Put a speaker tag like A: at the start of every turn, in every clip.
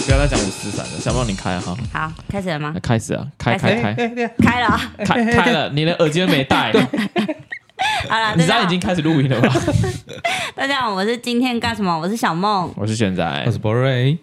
A: 纸伞的，小猫你开啊哈、
B: 好，开始了吗
A: 啊，？开始啊，开开
B: 开始
A: 开开
B: 开了啊，
A: 开开了，你的耳机都没带，
B: 好 了，
A: 你
B: 大
A: 知道
B: 家
A: 已
B: 好
A: 经，开始录音了吧？
B: 大家好，我是今天干什么？我是小梦，
A: 我是玄仔
C: 我，是博瑞，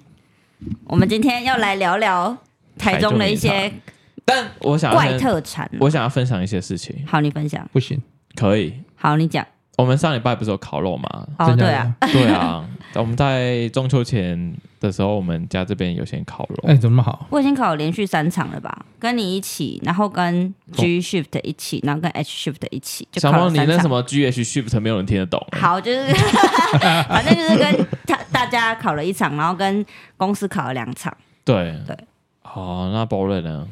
B: 我们今天要来聊聊台中的一
A: 台
B: 些
A: 中但我想要
B: 怪
A: 先，
B: 特产。啊
A: 我想要分享一些事情，
B: 好，你分享。
C: 不行，
A: 可以。
B: 好，你讲。
A: 我们上礼拜不是有烤肉吗？
B: 哦，
C: 真的
B: 对啊，，
A: 对啊，我们在中秋前的时候，我们家这边有先烤肉
C: 哎、，怎么那么好？
B: 我已经考连续三场了吧？跟你一起，然后跟 G shift 一起，然后跟 H shift 一起，
A: 哦
B: 就
A: 小
B: 考
A: 猫
B: 了
A: 你
B: 三
A: 那什
B: 场。
A: 么 G H shift 没有人听得懂、欸
B: 好，就是 反正就是跟大大家考了一场，然后跟公司考了两场。
A: 对
B: 对。
A: 好，那 b 瑞呢？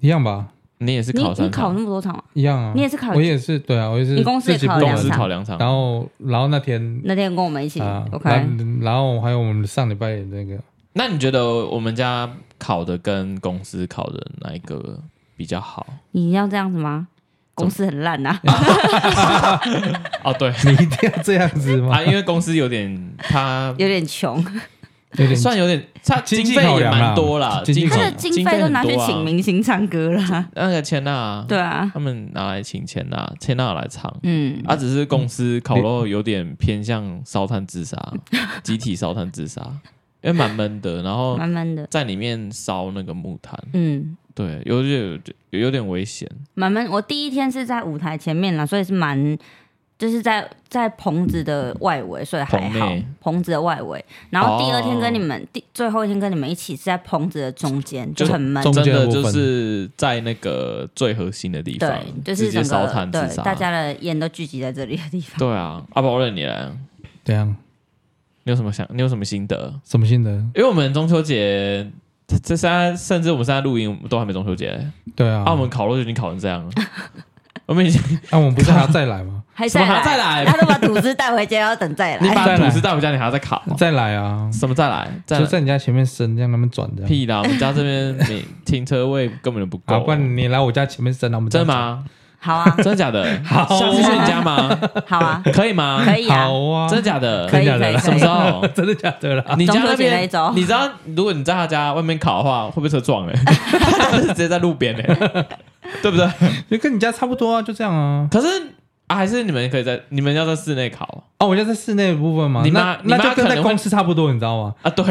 C: 一样吧，
A: 你也是
B: 你
A: 考
B: 你
A: 三
B: 考
A: 场
B: 那，么多场啊？
C: 一样啊。
B: 你也是考
C: 我也是，对啊，我也是
B: 你公司也
C: 自己
B: 考
C: 不
A: 公
B: 两
A: 司
C: 能
B: 场
A: 考两场，
C: 然后，然后那天
B: 那天跟我们一起
C: 啊，
B: ，OK。
C: 然然后还有我们上礼拜的那个，
A: 那你觉得我们家考的跟公司考的哪一个比较好？
B: 你要这样子吗？公司很烂啊呐、
A: 哦，对
C: 你一定要这样子 吗？
A: 啊，因为公司有点它
B: 有点穷，
A: 嗯
C: 有点
A: 算有点，它
C: 经
A: 经
C: 济
A: 费
C: 考
A: 也
C: 量啦啊
A: 蛮多啦，
C: 经济
A: 经
C: 考
B: 他的
C: 量
B: 经费都拿去请
A: 名
B: 明星唱歌啦。
A: 啊那个钱呐，
B: 对啊，
A: 他们拿来请钱呐，钱呐来唱。
B: 嗯，
A: 啊，只是公司烤肉有点偏向烧炭自 杀，集体烧炭自杀，因为蛮闷的，然后
B: 慢慢的，
A: 在里面烧那个木炭，
B: 嗯，
A: 对，有点有有点危险。
B: 慢慢。我第一天是在舞台前面啦，所以是蛮。就是在在棚子的外围，所以还好
A: 棚内。
B: 棚子的外围，然后第二天
A: 哦
B: 跟你们、第最后一天跟你们一起是在棚子的中间，
A: 就
B: 就很闷。
C: 中
A: 真
C: 间的
A: 的
C: 部分
A: 就是在那个最核心的地方
B: 对，，就
A: 直
B: 是
A: 接
B: 整
A: 烧
B: 个
A: 炭自
B: 对
A: 杀。
B: 大家的烟都聚集在这里的地方。
A: 对啊，阿宝任你来，
C: 怎样？
A: 你有什么想？你有什么心得？
C: 什么心得？
A: 因为我们中秋节，这这现在甚至我们现在录音都还没中秋节，
C: 对啊，
A: 啊，我们烤肉就已经烤成这样了， 我们已经
C: 啊，我们不是还要再来 吗？
B: 还
A: 什
B: 再
A: 么
B: 来，
A: 还再来
B: 他都把吐司带回家，要等再
A: 你
B: 来。
A: 把
C: 再来
A: 吐司带回家，你还要再烤？
C: 再来啊，
A: 什么再来？哦再
C: 就
A: 来？
C: 在你家前面伸，让他们转这样。
A: 屁啦！我们家这边没停车位根本就不
C: 啊，
A: 够
C: 不。然你来我家前面伸，那我们这
A: 真的
C: 样
A: 吗？
B: 好啊，
A: 真的假的？
C: 好
A: 下次去你家吗？
B: 好 啊，
A: 可以吗？
B: 可
A: 以。
B: 以
C: 转？
B: 啊，
C: 好啊，
A: 真的假的？
B: 可以可
C: 真的假的
B: 以
C: 啦
A: 什
B: 可
A: 么
B: 以
A: 时。候？
C: 真的假的 啦？
A: 你家
B: 中
A: 那
B: 秋节那一
A: 边
B: 周，
A: 你知道，如果你在他家外面烤的话，会不会车撞哎、欸？ 直接在路边哎、对不对？
C: 就跟你家差不多啊，就这样啊。
A: 可是啊，还是你们可以在你们要在室内烤
C: 哦，我家在室内的部分嘛，
A: 你妈
C: 那
A: 你妈
C: 那就跟
A: 可能
C: 在
A: 会
C: 公司差不多，你知道吗？
A: 啊？对，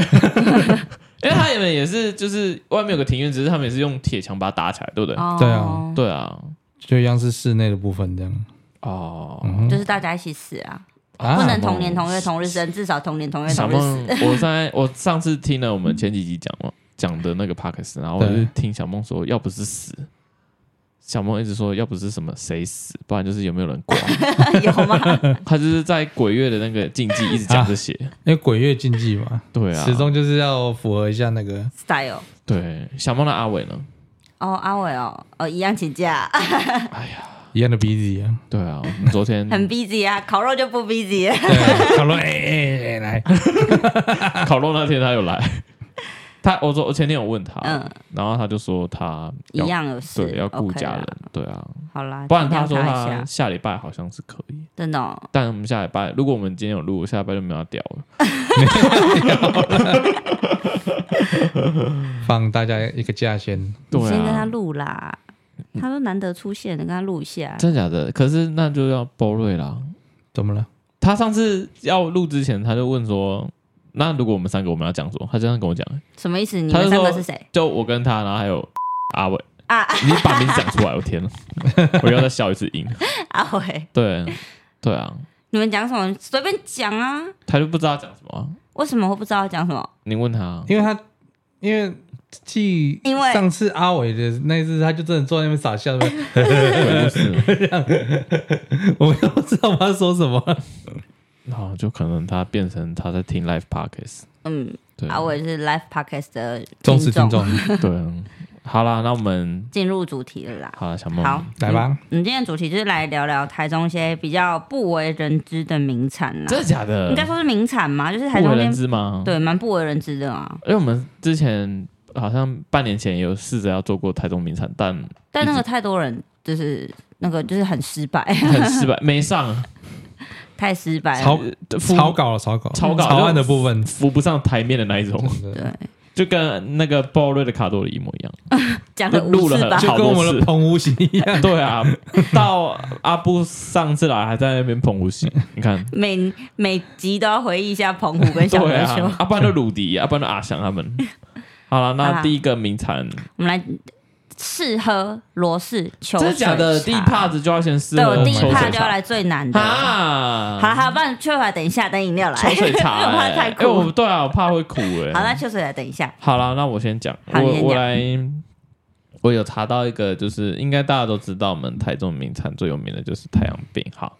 A: 因为他们也是就是外面有个庭院，只是他们也是用铁墙把它搭起来，对不对？
B: 哦
C: 对啊，
A: 对啊，
C: 就一样是室内的部分这样。
A: 哦，
C: 嗯
B: 就是大家一起死啊，
C: 啊
B: 不能同年同月同日生，至少同年同月
A: 小
B: 同日死。
A: 梦，我在我上次听了我们前几集讲嘛讲的那个帕克斯，然后我就
C: 对
A: 听小梦说，要不是死，小梦一直说要不是什么谁死，不然就是有没有人挂。
B: 有吗？
A: 他就是在鬼月的那个禁忌一直讲这些，
C: 因为鬼月禁忌嘛，
A: 对啊，
C: 始终就是要符合一下那个
B: style。
A: 对小梦的阿伟呢？
B: 哦，阿伟哦，哦，一样请假，
A: 嗯
C: 一样的鼻子一样。
A: 对啊，我 们昨天
B: 很 busy 啊，烤肉就不 busy 了。
C: 对，讨论哎哎哎来，
A: 烤肉那天他有来，他我说我前天有问他，
B: 嗯
A: 然后他就说他
B: 一
A: 要
B: 样有事，
A: 对要顾
B: OK 啦
A: 家人，对啊，
B: 好啦，
A: 不然
B: 体谅
A: 他说
B: 一下
A: 他，下礼拜好像是可以，
B: 真的哦
A: 但我们下礼拜如果我们今天有录，下礼拜就没有要屌了。
C: 放大家一个价先。
A: 对
B: 你先跟他
A: 啊，
B: 录啦。他说难得出现，你跟他录一下。
A: 真的假的？可是那就要包瑞啦。
C: 怎么了？
A: 他上次要录之前，他就问说。那如果我们三个我们要讲什么？他这样跟我讲、
B: 什么意思？你
A: 他
B: 们
A: 就
B: 三个
A: 说
B: 是谁
A: 就我跟他，然后还有阿伟，
B: 啊？
A: 你把名字讲出来，我天呐，我要再笑一次音。
B: 阿伟，
A: 对，对啊，
B: 你们讲什么？随便讲啊！
A: 他就不知道讲什么啊。
B: 为什么会不知道讲什么？
A: 你问 他，
C: 因为他因为继
B: 因为
C: 上次阿伟的那一次，他就真的坐在那边傻笑，对不对
A: 鬼故事，
C: 我们都不知道我要说 什么。
A: 然后哦就可能他变成他在听 live podcast。
B: 嗯，
A: 对，
B: 阿伟是 Life Podcast 的
C: 忠实听
B: 听
C: 众
B: 众，，
A: 对啊，好啦，那我们
B: 进入主题了啦。
A: 好了，小梦，
B: 好，
C: 来吧，
B: 我们今天的主题就是来聊聊台中一些比较不为人知的名产啦
A: 真。的假的？
B: 应该说是名产嘛，就是台
A: 不
B: 中
A: 为
B: 这
A: 人
B: 边
A: 知吗？，
B: 对蛮不为人知的啊。
A: 因为我们之前好像半年前也有试着要做过台中名产，但
B: 但那个太多人就是那个就是很 失败，
A: 很失败，没上，
B: 太失败了。
C: 草
A: 服
C: 草稿了，草稿，
A: 草稿
C: 草案的部分。
A: 浮不上台面的那一种。
C: 真的
B: 对，
A: 就跟那个鲍瑞的卡多里一模一样。
B: 讲了
A: 录
B: 五
A: 了
B: 次吧
A: 很，
C: 就跟我们
A: 好多
C: 的
A: 次
C: 澎湖行一 样。
A: 对啊，到阿布上次来还在那边澎湖行，你看，
B: 每每集都要回忆一下澎湖跟小
A: 对
B: 琉球。
A: 啊，阿班的鲁迪，阿班的阿翔他 们。好了，
B: 好
A: 那
B: 啦
A: 第一个名产，
B: 我们来试喝罗氏秋
A: 真的
B: 水
A: 假的？
B: 茶
A: 第一趴子就要先试
B: 对我
A: 喝
B: 第一
A: 抽
B: 趴
A: 水
B: 就要
A: 茶
B: 来最难的。好
A: 啊！
B: 了，好了，不然秋水来等一下，等饮料来。
A: 抽水
B: 因
A: 茶，
B: 为 我怕
A: 哎
B: 太
A: 哎我
B: 苦。
A: 对啊，我怕会苦哎。
B: 好，那秋水来等一下。
A: 好啦，那我先讲，
B: 好你
A: 我
B: 先
A: 我
B: 讲
A: 来，我有查到一个，就是应该大家都知道，我们台中名产最有名的就是太阳饼。好，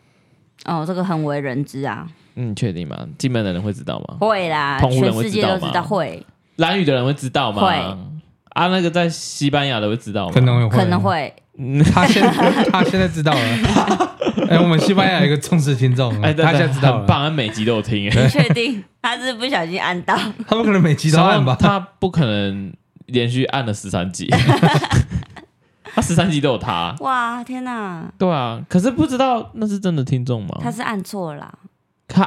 B: 哦，这个很为人知啊，
A: 嗯，你确定吗？金门的人会知道吗？
B: 会啦，
A: 澎湖人
B: 全
A: 会
B: 世界
A: 知道
B: 都
A: 吗
B: 知道会，
A: 蓝屿的人会知道吗？
B: 会
A: 啊，那个在西班牙的会知道吗？
C: 可能会，
B: 可能。 会。
C: 他现他现在知道了。哎，我们西班牙有一个忠实听众，
A: 哎，
C: 他
A: 对
C: 现在
A: 对
C: 知道
A: 很
C: 了。
A: 棒，他每集都有 听。
B: 你确定他是不小心按到？
C: 他们可能每集都
A: 然
C: 按
A: 后
C: 吧。
A: 他不可能连续按了十三集， 他十三集都有他。
B: 哇，天哪，
A: 对啊，可是不知道那是真的听众吗？
B: 他
A: 他
B: 是按错了啦。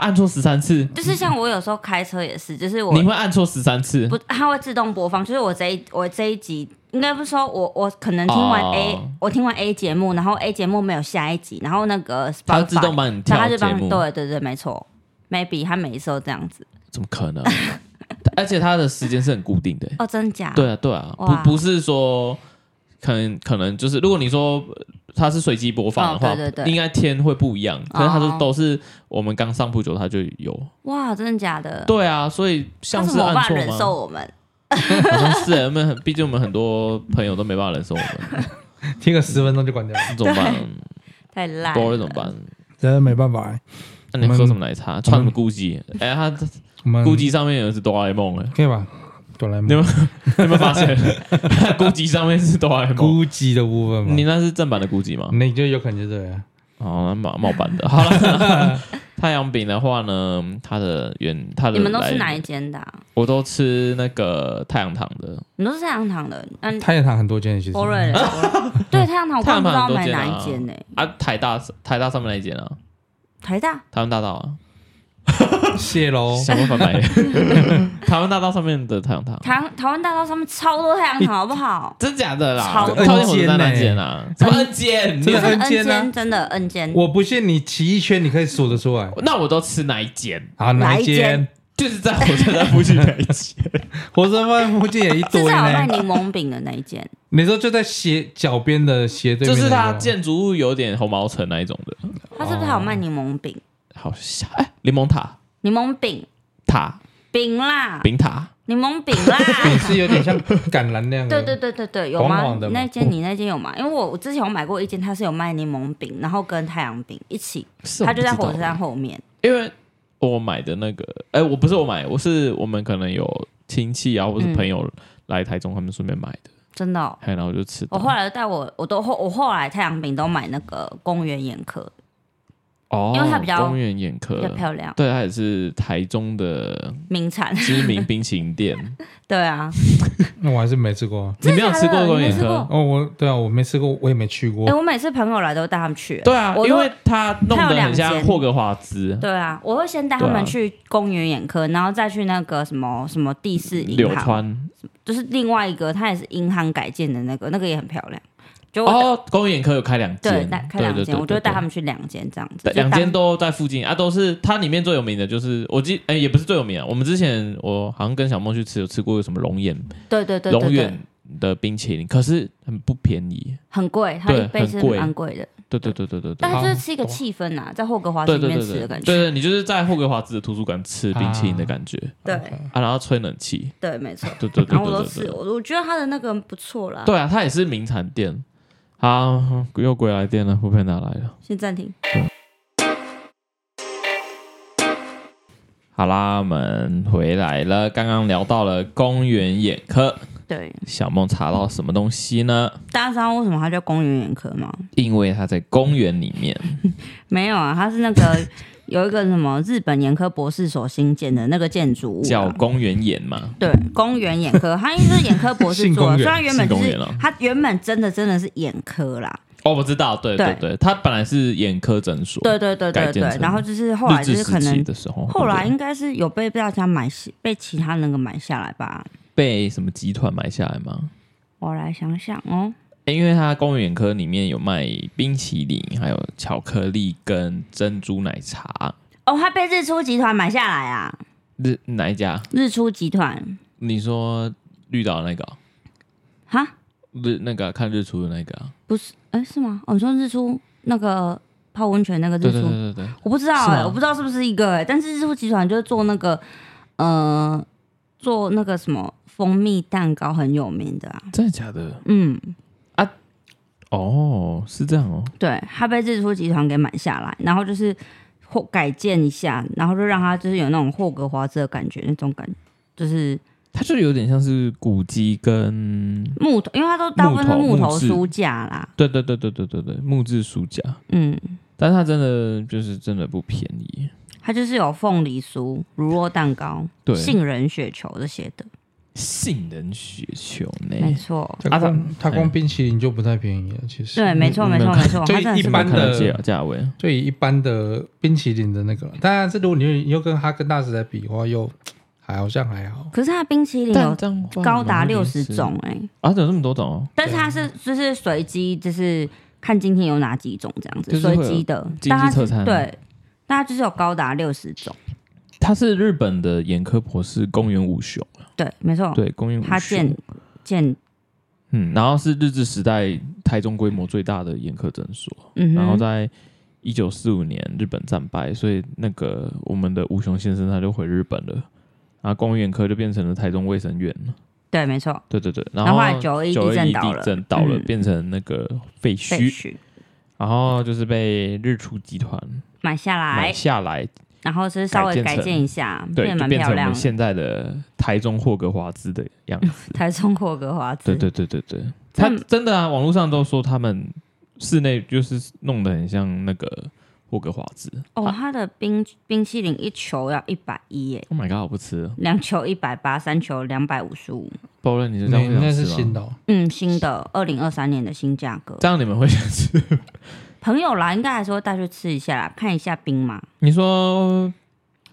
A: 按错十三次，
B: 就是像我有时候开车也是，就是我
A: 你会按错十三次
B: 不，它会自动播放。就是我这一我这一集，应该不是说我我可能听完
A: 哦
B: A，、我听完 A 节目，然后 A 节目没有下一集，然后那个 Spotify,
A: 它自动帮你
B: 它
A: 跳
B: 就
A: 节
B: 帮
A: 目，
B: 对对对，没错，maybe 它每一次都这样子。
A: 怎么可能？ 而且他的时间是很固定的、
B: 哦，真假？
A: 对啊，对啊，
B: 哇
A: 不不是说可能可能就是，如果你说它是随机播放的话，
B: 哦对对对
A: 应该天会不一样。可是它
B: 哦
A: 都都是我们刚上不久，它就有。
B: 哇，真的假的？
A: 对啊，所以
B: 他
A: 像
B: 是
A: 是
B: 没办
A: 按
B: 法
A: 错
B: 忍受
A: 吗？
B: 我们，
A: 好像是、欸，我们很，毕竟我们很多朋友都没办法忍受我们，
C: 听个十分钟就关掉了，
A: 那怎么 办？
B: 太烂
A: 多了
B: 了。
A: 怎么办？
C: 真的没办法哎。
A: 那、你
C: 我们
A: 喝什么奶茶？穿什么 Gucci？哎、他
C: 我们
A: Gucci 上面有的是哆啦 A 梦哎、
C: 可以吧？哆啦 A
A: 你
C: 梦
A: 们你有没有发 现？Gucci 上面是哆啦 A 梦，
C: 估计的部分嘛，
A: 你那是正版的 Gucci 吗？
C: 那你就有可能就对了。
A: 哦，那冒冒版 的。好了， 太阳饼的话呢，它的原它的
B: 你们都吃
A: 来
B: 哪一
A: 源？
B: 间的、啊？
A: 我都吃那个太阳糖的，
B: 你都是太阳堂的？嗯，
C: 太阳堂很多间其实，
B: 博瑞嘞， 对太阳堂，我
A: 太阳堂
B: 刚不知道
A: 很多
B: 买
A: 间
B: 哪
A: 啊
B: 一间呢、
A: 啊，台大台大上面那一间啊，
B: 台大
A: 台湾大道 啊，
C: 谢喽，
A: 想办法买。 台湾大道上面的太阳糖，
B: 台湾台湾大道上面超多太阳堂，好不好？
A: 真假的啦？
B: 超
A: 靠近火车站那间啊，什么 N 间？
C: 真的
B: 真的
C: N 间啊
B: 间，真的 N 间。
C: 我不信你骑一圈你可以数得出来。
A: 那我都吃哪一间？
C: 啊，
B: 哪
C: 一
B: 一间
C: 间？
A: 就是在火车站附近那一间。
C: 火车站附近也一堆
B: 是在我卖
C: 呢。
B: 柠檬饼的那一间，
C: 你说就在斜脚边的斜 对
A: 就
C: 面，
A: 是它，建筑物有点红毛城那一种的，
B: 他是不是还有
A: 哦
B: 卖柠檬饼？
A: 好像哎，柠檬塔
B: 柠檬饼
A: 塔
B: 饼啦，
A: 饼塔，
B: 柠檬饼啦。
C: 也是有点像橄榄那样 的。
B: 对对对对对，有
C: 黄
B: 吗
C: 黄的？嘛
B: 那
A: 哦
B: 间你那间有吗？因为我我之前有买过一间，它是有卖柠檬饼，然后跟太阳饼一起，
A: 是
B: 它
A: 我不
B: 就在
A: 知道
B: 火车站后面。
A: 因为我买的那个，哎、我不是我买，我是我们可能有亲戚啊，或是朋友来台中，他们顺便买的，
B: 真的哦、
A: 嘿然后我就吃到。
B: 我后来带我，我都后我后来太阳饼都买那个公园眼科，
A: 哦，
B: 因为它比较
A: 公园眼科
B: 比较，漂亮，
A: 对，它啊也是台中的
B: 名产。
A: 知名冰淇淋店。
B: 对啊，
C: 那我还是没吃过啊。
A: 你没有吃过公园眼
B: 你没吃
A: 科？
B: 过？
C: 哦，我对啊，我没吃过，我也没去过
B: 哎、。我每次朋友来都带他们去、
A: 对啊，
B: 我都
A: 因为它弄
B: 它有
A: 得
B: 两
A: 很像
B: 间
A: 霍格华兹。
B: 对啊，我会先带他
A: 对啊
B: 们去公园眼科，然后再去那个什么什么第四银
A: 柳
B: 行，
A: 川
B: 就是另外一个，它也是银行改建的那个，那个也很漂亮。就我带、
A: 哦，公园眼科有开两
B: 对
A: 间，
B: 带开两
A: 对对
B: 间，
A: 对
B: 我就会
A: 对
B: 带他
A: 对
B: 们去两间这样子
A: 对。两
B: 就
A: 间
B: 当
A: 都在附近啊，都是它里面最有名的就是我记，哎、也不是最有名啊。我们之前我好像跟小梦去吃，有吃过有什么龙眼
B: 对对对
A: 龙
B: 对对
A: 远，的冰淇淋，可是很不便宜。
B: 很贵，它一
A: 对
B: 杯
A: 很
B: 是
A: 贵
B: 蛮贵的，
A: 对对对对对对
B: 但，它就是吃一个
C: 好
B: 气氛啊呐、在霍格华兹
A: 对
B: 里
A: 对
B: 面
A: 对
B: 吃
A: 对
B: 的
A: 对
B: 感，觉。
A: 对你就是在霍格华兹的图书馆吃冰淇淋的感觉
B: 对
A: 啊，然后吹冷气，
B: 对，没错。
A: 对对对
B: 然后我都
A: 对对
B: 吃，
A: 对，
B: 我我觉得它的那个不错啦。
A: 对啊，它也是名产店。啊，又归来电了，不被拿来了。
B: 先暂停。
A: 好啦，我们回来了。刚刚聊到了公园眼科，
B: 对，
A: 小梦查到什么东西呢？
B: 大家知道为什么它叫公园眼科吗？
A: 因为它在公园里面。
B: 没有啊，它是那个 有一个什么日本眼科博士所新建的那个建筑物啊、
A: 叫公园眼嘛，
B: 对公园眼科，它因为是眼科 博士
C: 性
B: 做
C: 公
B: 的，
C: 园
B: 虽然原本就
A: 性
B: 是
A: 公园啊
B: 它原本真的真的是眼科啦，
A: 哦，我知道，对对
B: 对
A: 对，它本来是眼科诊所，
B: 对对对
A: 改
B: 对
A: 建
B: 对
A: 成，
B: 然后就是后来
A: 日
B: 就
A: 治
B: 是可
A: 时期
B: 能
A: 的时候，对
B: 后
A: 不对
B: 来应该是有被大家买下被其他那个买下来吧，
A: 被什么集团买下来吗？
B: 我来想想哦，
A: 欸因为它公园科里面有卖冰淇淋，还有巧克力跟珍珠奶茶。
B: 哦，他被日出集团买下来啊！
A: 日哪一家？
B: 日出集团，
A: 你说绿岛那个哦、
B: 哈，
A: 日那个啊、看日出的那个、啊？
B: 不是，哎、是吗？哦，你说日出那个泡温泉那个日出，
A: 对对对对对，
B: 我不知道、
A: 是吗
B: 哎，我不知道是不是一个、哎，但是日出集团就是做那个，呃，做那个什么蜂蜜蛋糕很有名的啊。
A: 真的假的？
B: 嗯，
A: 哦，是这样哦。
B: 对，他被日出集团给买下来，然后就是或改建一下，然后就让他就是有那种霍格华兹的感觉，那种感就是
A: 它就有点像是古迹跟，
B: 木头，因为它都大部分是
A: 木头
B: 木头
A: 木质
B: 书架啦。
A: 对对对对对对对，木质书架，
B: 嗯，
A: 但它真的就是真的不便宜。
B: 它就是有凤梨酥、乳酪蛋糕、
A: 对，
B: 杏仁雪球这些的，
A: 杏仁雪球呢？
B: 没错。
C: 它光、它
A: 哎
C: 嗯光冰淇淋就不太便宜了，其实
B: 对，没错，
A: 你
B: 没
A: 没有
B: 错，没错，
C: 就
B: 它真的
C: 一
B: 是
C: 般
A: 看
C: 的
A: 得价价位，
C: 就以一般的冰淇淋的那个，当然这如果你又跟哈根达斯来比的话，又还好像还好。
B: 可是它冰淇淋
A: 但
B: 有
A: 这样的话
B: 高达
A: 蛮
B: 六
A: 好
B: 十
A: 吃
B: 种哎、欸
A: 啊！怎么这么多种哦？
B: 但是它是就是随机，就是看今天有哪几种这样
A: 就
B: 子，
A: 是会
B: 随
A: 有
B: 机的，
A: 经济
B: 但它
A: 特啊
B: 是
A: 餐
B: 对，但它就是有高达六十种，
A: 它是日本的眼科博士公园五雄，
B: 对，没错，
A: 对，公园五
B: 它哦建
A: 雄，
B: 建，
A: 嗯，然后是日治时代台中规模最大的眼科诊所，
B: 嗯哼，
A: 然后在一九四五年日本战败，所以那个我们的吴雄先生他就回日本了，然后公园眼科就变成了台中卫生院了，
B: 对，没错，
A: 对对对，然
B: 然后后来
A: 后
B: 九二一
A: 九二
B: 地震
A: 一
B: 倒
A: 地
B: 了，
A: 震倒了，
B: 嗯
A: 变成那个废
B: 废
A: 墟，
B: 墟
A: 然后就是被日出集团
B: 买下
A: 买
B: 来，
A: 下来，
B: 然后是稍微
A: 改
B: 改
A: 建成
B: 建一下，
A: 对，就
B: 蛮
A: 变
B: 漂
A: 成我
B: 亮
A: 们
B: 的。
A: 现在的台中霍格华兹的样子。
B: 台中霍格华兹，
A: 对对对对对，他
B: 嗯
A: 真的啊，网络上都说他们室内就是弄得很像那个霍格华兹。
B: 哦，它的冰冰淇淋一球要一百一耶，
A: Oh my god，我不吃了，
B: 两球一百八，三球两百五十五。
A: 包润你是这样
C: 那
A: 会
C: 那是
A: 想吃
C: 新
A: 吗？
C: 的、哦，
B: 嗯，新的二零二三年的新价格，
A: 这样你们会想吃？
B: 朋友啦，应该还是会带去吃一下啦，看一下冰嘛。
A: 你说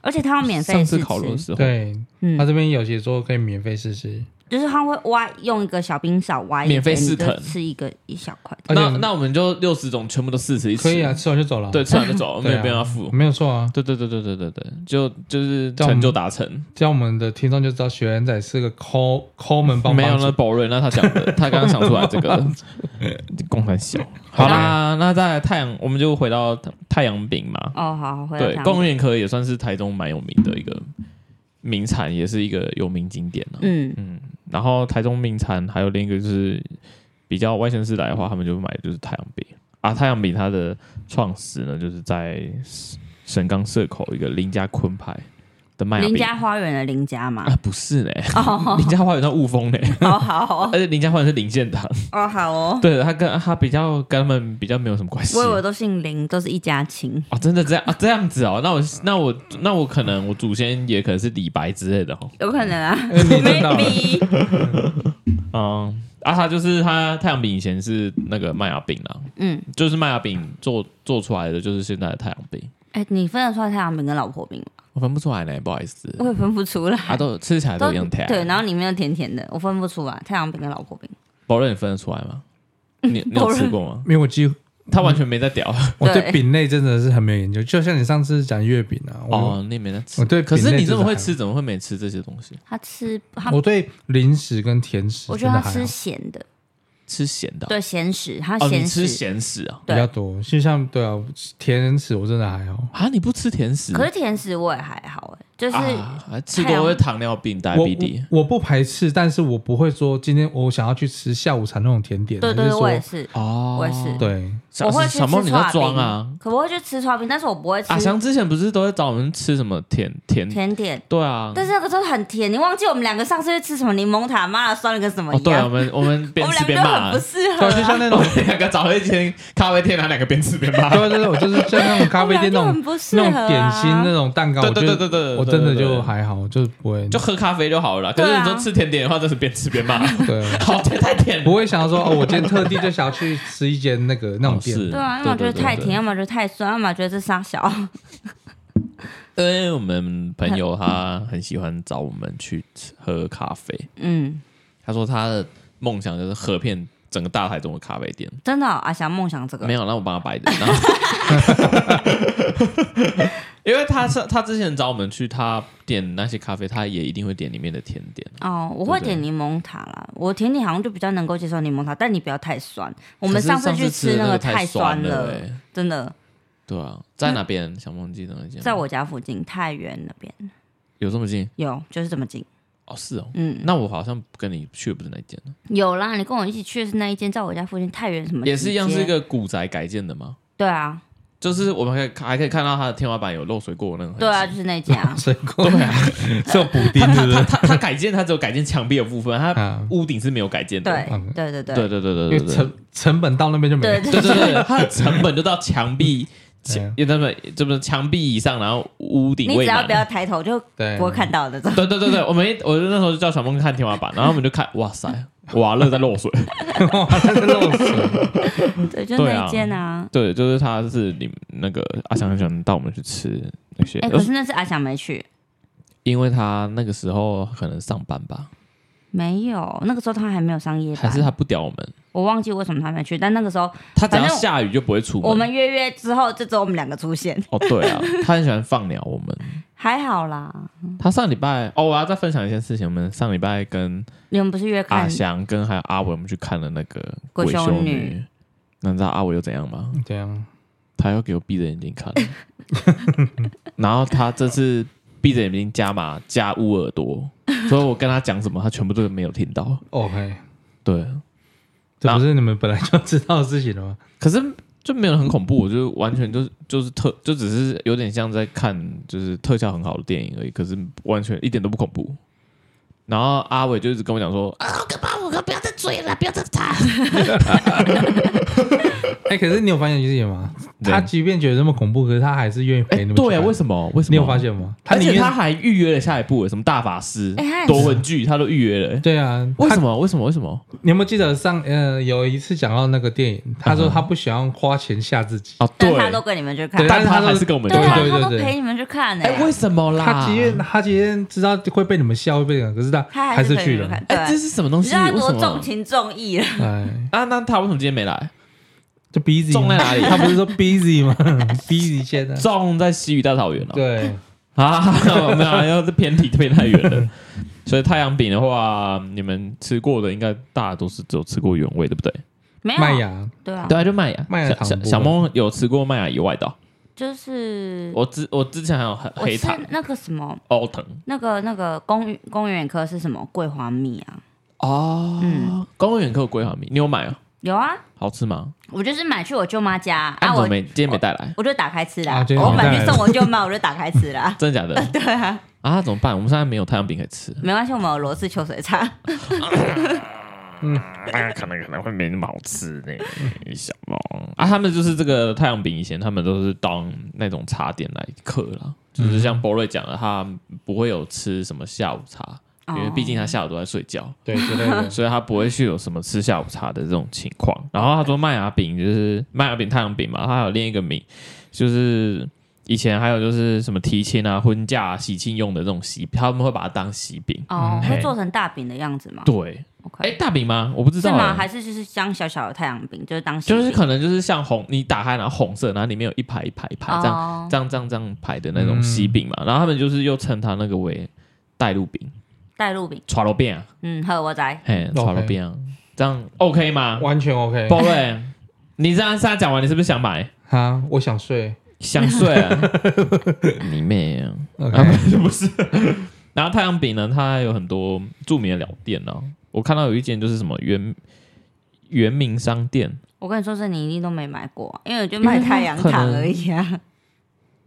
B: 而且它要免费
A: 上次
B: 试
A: 烤肉的
B: 吃，
A: 时候，
C: 对，
B: 嗯
C: 它，这边有写说可以免费试吃，
B: 就是它会挖用一个小冰勺挖一个，
A: 免费试
B: 你就
A: 啃
B: 吃一个一小块。
C: 而
A: 那
C: 且
A: 那我们就六十种全部都试吃一次，
C: 可以啊，，吃完就走了，
A: 对，，吃完就 走，我们
C: 对啊
A: 也不用要付。
C: 没有错啊。
A: 对对对对对对对，就就是
C: 这样我
A: 成
C: 们
A: 就达成，
C: 这样我们的听众就知道雪人仔是个抠抠门帮帮
A: 没有
C: 主
A: 那宝瑞，那他讲的，他刚刚想出来这个共产小。好啦，那再来太阳，我们就回到太太阳饼嘛。
B: 哦，好，好回来
A: 对，
B: 讲
A: 公园可也算是台中蛮有名的一个名产，也是一个有名景点了、
B: 嗯，
A: 然后台中名产还有另一个就是比较外县市来的话，他们就买的就是太阳饼啊。太阳饼它的创始呢，就是在神冈社口一个林家坤派的麦芽
B: 林
A: 饼
B: 家花园的林家嘛。
A: 啊，不是嘞，
B: 哦，
A: 林家花园在雾峰嘞，
B: 好好
A: 而
B: 哦，
A: 且林家花园是林献堂，
B: 哦好哦，
A: 对，他跟他比较跟他们比较没有什么关系。
B: 我以为都姓林，都是一家亲。
A: 哦，真的这样啊？这样子哦？那我那我那我可能我祖先也可能是李白之类的哦。
B: 有可能 啊
C: 你知道
B: ，maybe，
A: 嗯，啊，它就是它太阳饼以前是那个麦芽饼啦，
B: 嗯，
A: 就是麦芽饼做做出来的，就是现在的太阳饼。
B: 哎、你分得出来太阳饼跟老婆饼吗？
A: 我分不出来呢，不好意思，
B: 我也分不出来，
A: 啊，都吃起来都
B: 哦都
A: 一样甜。
B: 对，，然后里面又甜甜的，我分不出来太阳饼跟老婆饼。
A: 保乐你分得出来吗？ 你你有吃过吗？
C: 因为我几乎
A: 他完全没在屌
C: 我对
B: 对
C: 饼类真的是很没有研究，就像你上次讲月饼啊，我、
A: 哦，你也没在吃
C: 我。对
A: 可
C: 饼类
A: 是你这么
C: 真的
A: 会
C: 还好
A: 吃，怎么会没吃这些东西？
B: 他吃他，
C: 我对零食跟甜食
B: 我觉
C: 真
B: 得
C: 的
B: 他
C: 还
B: 吃
C: 好
B: 咸的，
A: 吃咸的哦
B: 对咸食，他
A: 哦，你
B: 咸
A: 吃
B: 食。
A: 咸食啊？
C: 比较多，就像对啊，甜食我真的还好。
A: 啊，你不吃甜食？
B: 可是甜食我也还好哎、就是、
A: 啊，吃
B: 太
A: 多
B: 阳
A: 会糖尿病、
C: 我
A: diabetes。
C: 我我不排斥，但是我不会说今天我想要去吃下午茶那种甜点，
B: 对对对，
C: 还是
B: 我也
C: 说
B: 是，
A: 哦
B: 我也是
C: 对
A: 小
B: 我会去
A: 小猫
B: 吃
A: 你在
B: 刨
A: 装
B: 冰
A: 啊？
B: 可我会去吃刨冰，但是我不会吃
A: 阿翔之前不是都会找我们吃什么甜甜？
B: 甜点。
A: 对啊，
B: 但是那个真的很甜，你忘记我们两个上次去吃什么柠檬塔，妈的酸了跟什么
A: 哦
B: 一
A: 对啊，
B: 样。
A: 我们我们边
B: 我们
A: 吃边
B: 两个就
A: 骂
B: 很
A: 啊
B: 不，适合、
C: 对，就像
B: 啊。
C: 那
A: 我
C: 种，
A: 们两个找了一间咖啡店，然后两个边吃边骂。
C: 对对对，我就是像那种咖啡店 那
B: 我们两个就很
C: 种
B: 不适
C: 那
B: 合、啊、
C: 种点心那种蛋 糕，
A: 对
C: 我
A: 对
C: 觉
A: 对
C: 得
A: 对对，
C: 我
A: 对
C: 真的
A: 对对
C: 就还好，就是不会
A: 就喝咖啡就好了啦。可
B: 对
A: 是
B: 啊
A: 你说吃甜点的话，真是边吃边骂，
C: 对，
A: 好这太甜了。
C: 不会想要说哦，我今天特地就想要去吃一间那个那种
A: 哦是
B: 啊
C: 店，。
B: 对啊，要么觉得太甜，要么觉得太酸，要么觉得这傻小。
A: 因为哎我们朋友他很喜欢找我们去吃喝咖啡，
B: 嗯，
A: 他说他的梦想就是喝遍整个大台中的咖啡店。
B: 真的哦阿翔梦想这个
A: 没，有，那我帮他摆 的。然后因为他是他之前找我们去他点那些咖啡，他也一定会点里面的甜点。
B: 哦，我会
A: 对不对
B: 点柠檬塔啦，我甜点好像就比较能够接受柠檬塔，但你不要太酸。我们
A: 可是
B: 上
A: 上
B: 次去
A: 吃的
B: 那
A: 那
B: 个
A: 个
B: 太
A: 酸
B: 了，
A: 欸
B: 真的，
A: 对啊，在哪边？想忘记那间。
B: 在我家附近太原那边
A: 有这么近？
B: 有，就是这么近。
A: 哦，是哦。
B: 嗯，
A: 那我好像跟你去的不是那间，
B: 有啦，你跟我一起去的是那一间，在我家附近太原什么
A: 也是一样，
B: 街
A: 是一个古宅改建的吗？
B: 对啊，
A: 就是我们还可以还可以看到它的天花板有漏水过的那种痕迹。
B: 对啊，就是那一间啊
C: 水果这补丁
A: 它，
C: 是
A: 它它
C: 不是？
A: 它它改建，它只有改建墙壁的部分，它
C: 啊，
A: 屋顶是没有改建的。
B: 对对对
A: 对
B: 对
A: 对对对
C: 因
A: 对
C: 为
A: 对对。
C: 成成本到那边就没
B: 对
C: 了。
A: 对
B: 对
A: 对对， 它的成本就到墙壁，
C: 对啊
A: 墙那么这么墙壁以上，然后屋顶
B: 你只
A: 未
B: 要
A: 满
B: 不。要抬头就
C: 对
B: 不会看到的这种。
A: 对对对对，我们一我那时候就叫小梦看天花板，然后我们就看， 哇塞，瓦勒在漏水。
C: 哇，这是漏水。
B: 对，就
A: 对
B: 那
A: 啊
B: 一间啊。
A: 对，就是他是你们那个啊阿翔很喜欢带我们去吃那些，呃
B: 哎，可是那次阿翔没去，
A: 因为他那个时候可能上班吧，
B: 没有，那个时候他还没有上夜
A: 还
B: 班
A: 是，他不屌我们，
B: 我忘记为什么他没去，但那个时候
A: 他只要
B: 反正
A: 下雨就不会出门。
B: 我们约约之后，就只有我们两个出现，
A: 哦，对啊，他很喜欢放鸟我们。
B: 还好啦。
A: 他上礼拜哦，我要再分享一件事情，我们上礼拜跟
B: 你们不是约
A: 阿
B: 看
A: 翔跟还有阿伟，我们去看了那个《
B: 鬼
A: 鬼
B: 修
A: 修
B: 女
A: 女》。那你知道阿伟又怎样吗？
C: 这样，
A: 他要给我闭着眼睛看， 然后他这次闭着眼睛加码加捂耳朵，所以我跟他讲什么，他全部都没有听到。
C: OK，
A: 对，
C: 这不是你们本来就知道的事情了吗？
A: 可是就没有很恐怖，我就完全就是就是特就只是有点像在看就是特效很好的电影而已，可是完全一点都不恐怖。然后阿伟就一直跟我讲说，啊好可怕，我可不要再追了，不要再查。啊
C: 哎，可是你有发现一件事情吗？他即便觉得这么恐怖，可是他还是愿意陪你们去看。
A: 对啊，为什么？为什么？
C: 你有发？现吗？
A: 而
C: 宁
A: 且
C: 愿
A: 他还预约了下一部，什么大法师
B: 哎他也、是
A: 夺魂剧，他都预约了。
C: 对啊，
A: 为
C: 他
A: 什么？为什么？为什么？
C: 你有没有记得上呃有一次讲到那个电影，他说他不喜欢花钱吓自己，
A: 哦，
B: 但
A: 对，
B: 他都跟你们去看
C: 对，
A: 嗯但
C: 但
A: 他
C: 他都
A: 还是跟我们去
B: 对啊，
A: 看
C: 对。对
B: 他都
C: 对
B: 陪你们去看呢。
A: 哎，为什么啦？
C: 他即便他即便知道会被你们笑，会被人，可是他
B: 他
C: 还
B: 是
C: 是
B: 陪你
C: 去
B: 们
C: 了
B: 看。，对
A: 哎，
B: 啊，
A: 这是什么东
B: 你知
A: 西？
B: 道他
A: 为
B: 多
A: 什
B: 重
A: 么？
B: 情重义了，
C: 哎，
A: 啊，那他为什么今天没来？
C: 就 busy
A: 中在哪里
C: 嘛 他不是说 busy 吗 ？busy 现在
A: 中在西域大草原哦了。
C: 对，
A: 啊，没有啊，要是偏题偏太远了。 所以太阳饼的话，你们吃过的应该大家都是只有吃过原味，对不对？
B: 没
C: 麦
B: 有，
C: 芽
B: 对啊，
A: 对啊，就麦芽。
C: 麦芽
A: 小
C: 糖
A: 小
C: 不
A: 小
C: 会
A: 梦有吃过麦芽以外的哦。
B: 就是
A: 我之我之前还有黑
B: 我
A: 黑
B: 吃
A: 糖、哦
B: 那个什么，
A: 欧藤
B: 那个那个公园公园科是什么桂花蜜啊？
A: 哦，嗯，公园可有桂花蜜，你有买哦？
B: 有啊，
A: 好吃吗？
B: 我就是买去我舅妈家
A: 啊，
B: 啊，
A: 你怎么
B: 我
A: 没今天没带来？
B: 我就打开吃
C: 啊
B: 啦，
C: 今天
B: 我
A: 你
B: 买
C: 带
B: 去
C: 来
B: 送我舅妈，我就打开 吃啦。
A: 真的假的？
B: 对啊，
A: 啊，怎么办？我们现在没有太阳饼可以吃，
B: 没关系，我们有罗氏秋水茶。
A: 嗯那啊可能可能会没那么好吃呢。小梦嗯啊，他们就是这个太阳饼，以前他们都是当那种茶点来嗑啦，就是像博瑞讲的，他不会有吃什么下午茶，
B: 哦
A: 因为毕竟他下午都在睡觉，
C: 对之类的，
A: 所以他不会去有什么吃下午茶的这种情
B: 嗯
A: 况。然后他说麦芽饼就是麦芽饼太阳饼嘛，他还有另一个名，就是以前还有就是什么提亲啊、婚嫁、啊、喜庆用的这种喜，他们会把它当喜饼。
B: 哦，
A: 嗯
B: 会做成大饼的样子吗
A: 对，哎、
B: ？OK，
A: 大饼吗？我不知
B: 哦是
A: 道、
B: 吗？
A: 欸。
B: 还是就是像小小的太阳饼，就是当喜
A: 就是
B: 饼
A: 可能就是像红，你打开然后红色，然后里面有一排一排一排啊这样、
B: 哦
A: 这样这样这样排的那种喜饼嘛，然后他们就是又称它那个为带路饼、
B: 带路饼，
A: 炒肉饼啊，
B: 嗯，好，我在。
A: 嘿，炒肉饼啊，这样 OK 吗？
C: 完全 OK。
A: 波瑞，你这样现在讲完，你是不是想买？
C: 啊，我想睡。
A: 想睡 啊？你妹啊！
C: OK，
A: 啊， 不是不是。然后太阳饼呢，它有很多著名的老店哦、我看到有一间就是什么原原名商店，
B: 我跟你说，这你一定都没买过，因为我就卖太阳糖而已 啊。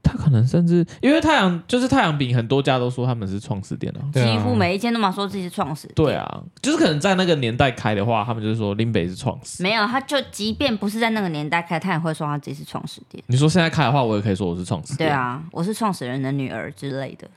A: 它可能甚至因为太阳就是太阳饼，很多家都说他们是创始店哦、
C: 对啊
B: 几乎每一间都嘛说自己是创始店，
A: 对啊，就是可能在那个年代开的话，他们就是说林北是创始。
B: 没有，啊他就即便不是在那个年代开，他也会说他自己是创始店。
A: 你说现在开的话，我也可以说我是创始。
B: 对，啊，我是创始人的女儿之类的。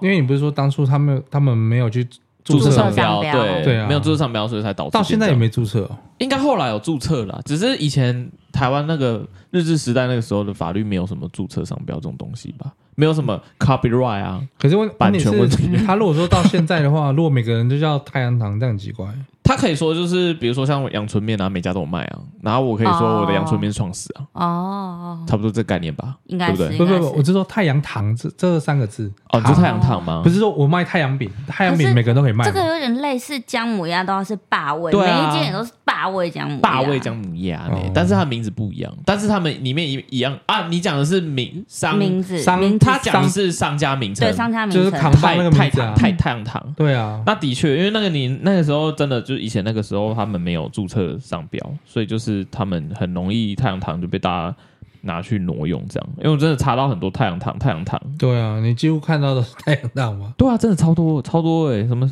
C: 因为你不是说当初他们他们没有去
A: 注
B: 册
A: 商
B: 上
A: 标
B: 标
A: 对
C: 对啊
A: 没有注册商标，所以才导致
C: 到现在也
A: 变这样
C: 没注册哦。
A: 应该后来有注册了，只是以前台湾那个日治时代那个时候的法律没有什么注册商标这种东西吧，没有什么 copyright 啊。
C: 可是问
A: 版权
C: 问
A: 问
C: 题
A: 题
C: 是，他如果说到现在的话， 如果每个人就叫太阳糖，这样很奇怪。
A: 他可以说就是，比如说像阳春面啊，每家都有卖啊，然后我可以说我的阳春面是创始啊，
B: 哦，
A: 差不多这概念吧，
B: 应该
A: 对
B: 是
A: 不对
B: 应
C: 不
B: 该
C: 不
B: 是
C: 不，我是说太阳糖这这三个字，
A: 哦，你
C: 糖
A: 是太阳糖吗？
C: 不是说我卖太阳饼，太阳
B: 可
C: 饼
B: 是
C: 每个人都可以卖
B: 这
C: 吗。
B: 个有点类似姜母鸭，都要是霸味，
A: 对
B: 每
A: 啊
B: 一间也都是霸味姜母鸭。
A: 大卫姜母鸭呢，
C: 哦
A: 但是它名字不一样，但是他们里面一一样啊。你讲的是名商，
B: 名字，
C: 商
B: 名字
A: 他讲的是商家名称
B: 对，商家名
C: 就
B: 称
C: 是扛
A: 太
C: 棒那个
A: 太
C: 名字啊
A: 堂太太阳堂。
C: 对啊，
A: 那的确，因为那个你那个时候真的就是以前那个时候他们没有注册商标，所以就是他们很容易太阳堂就被大家拿去挪用这样。因为我真的查到很多太阳堂，太阳堂，
C: 对啊，你几乎看到的是太阳 糖嘛。
A: 对啊，真的超多超多哎、什么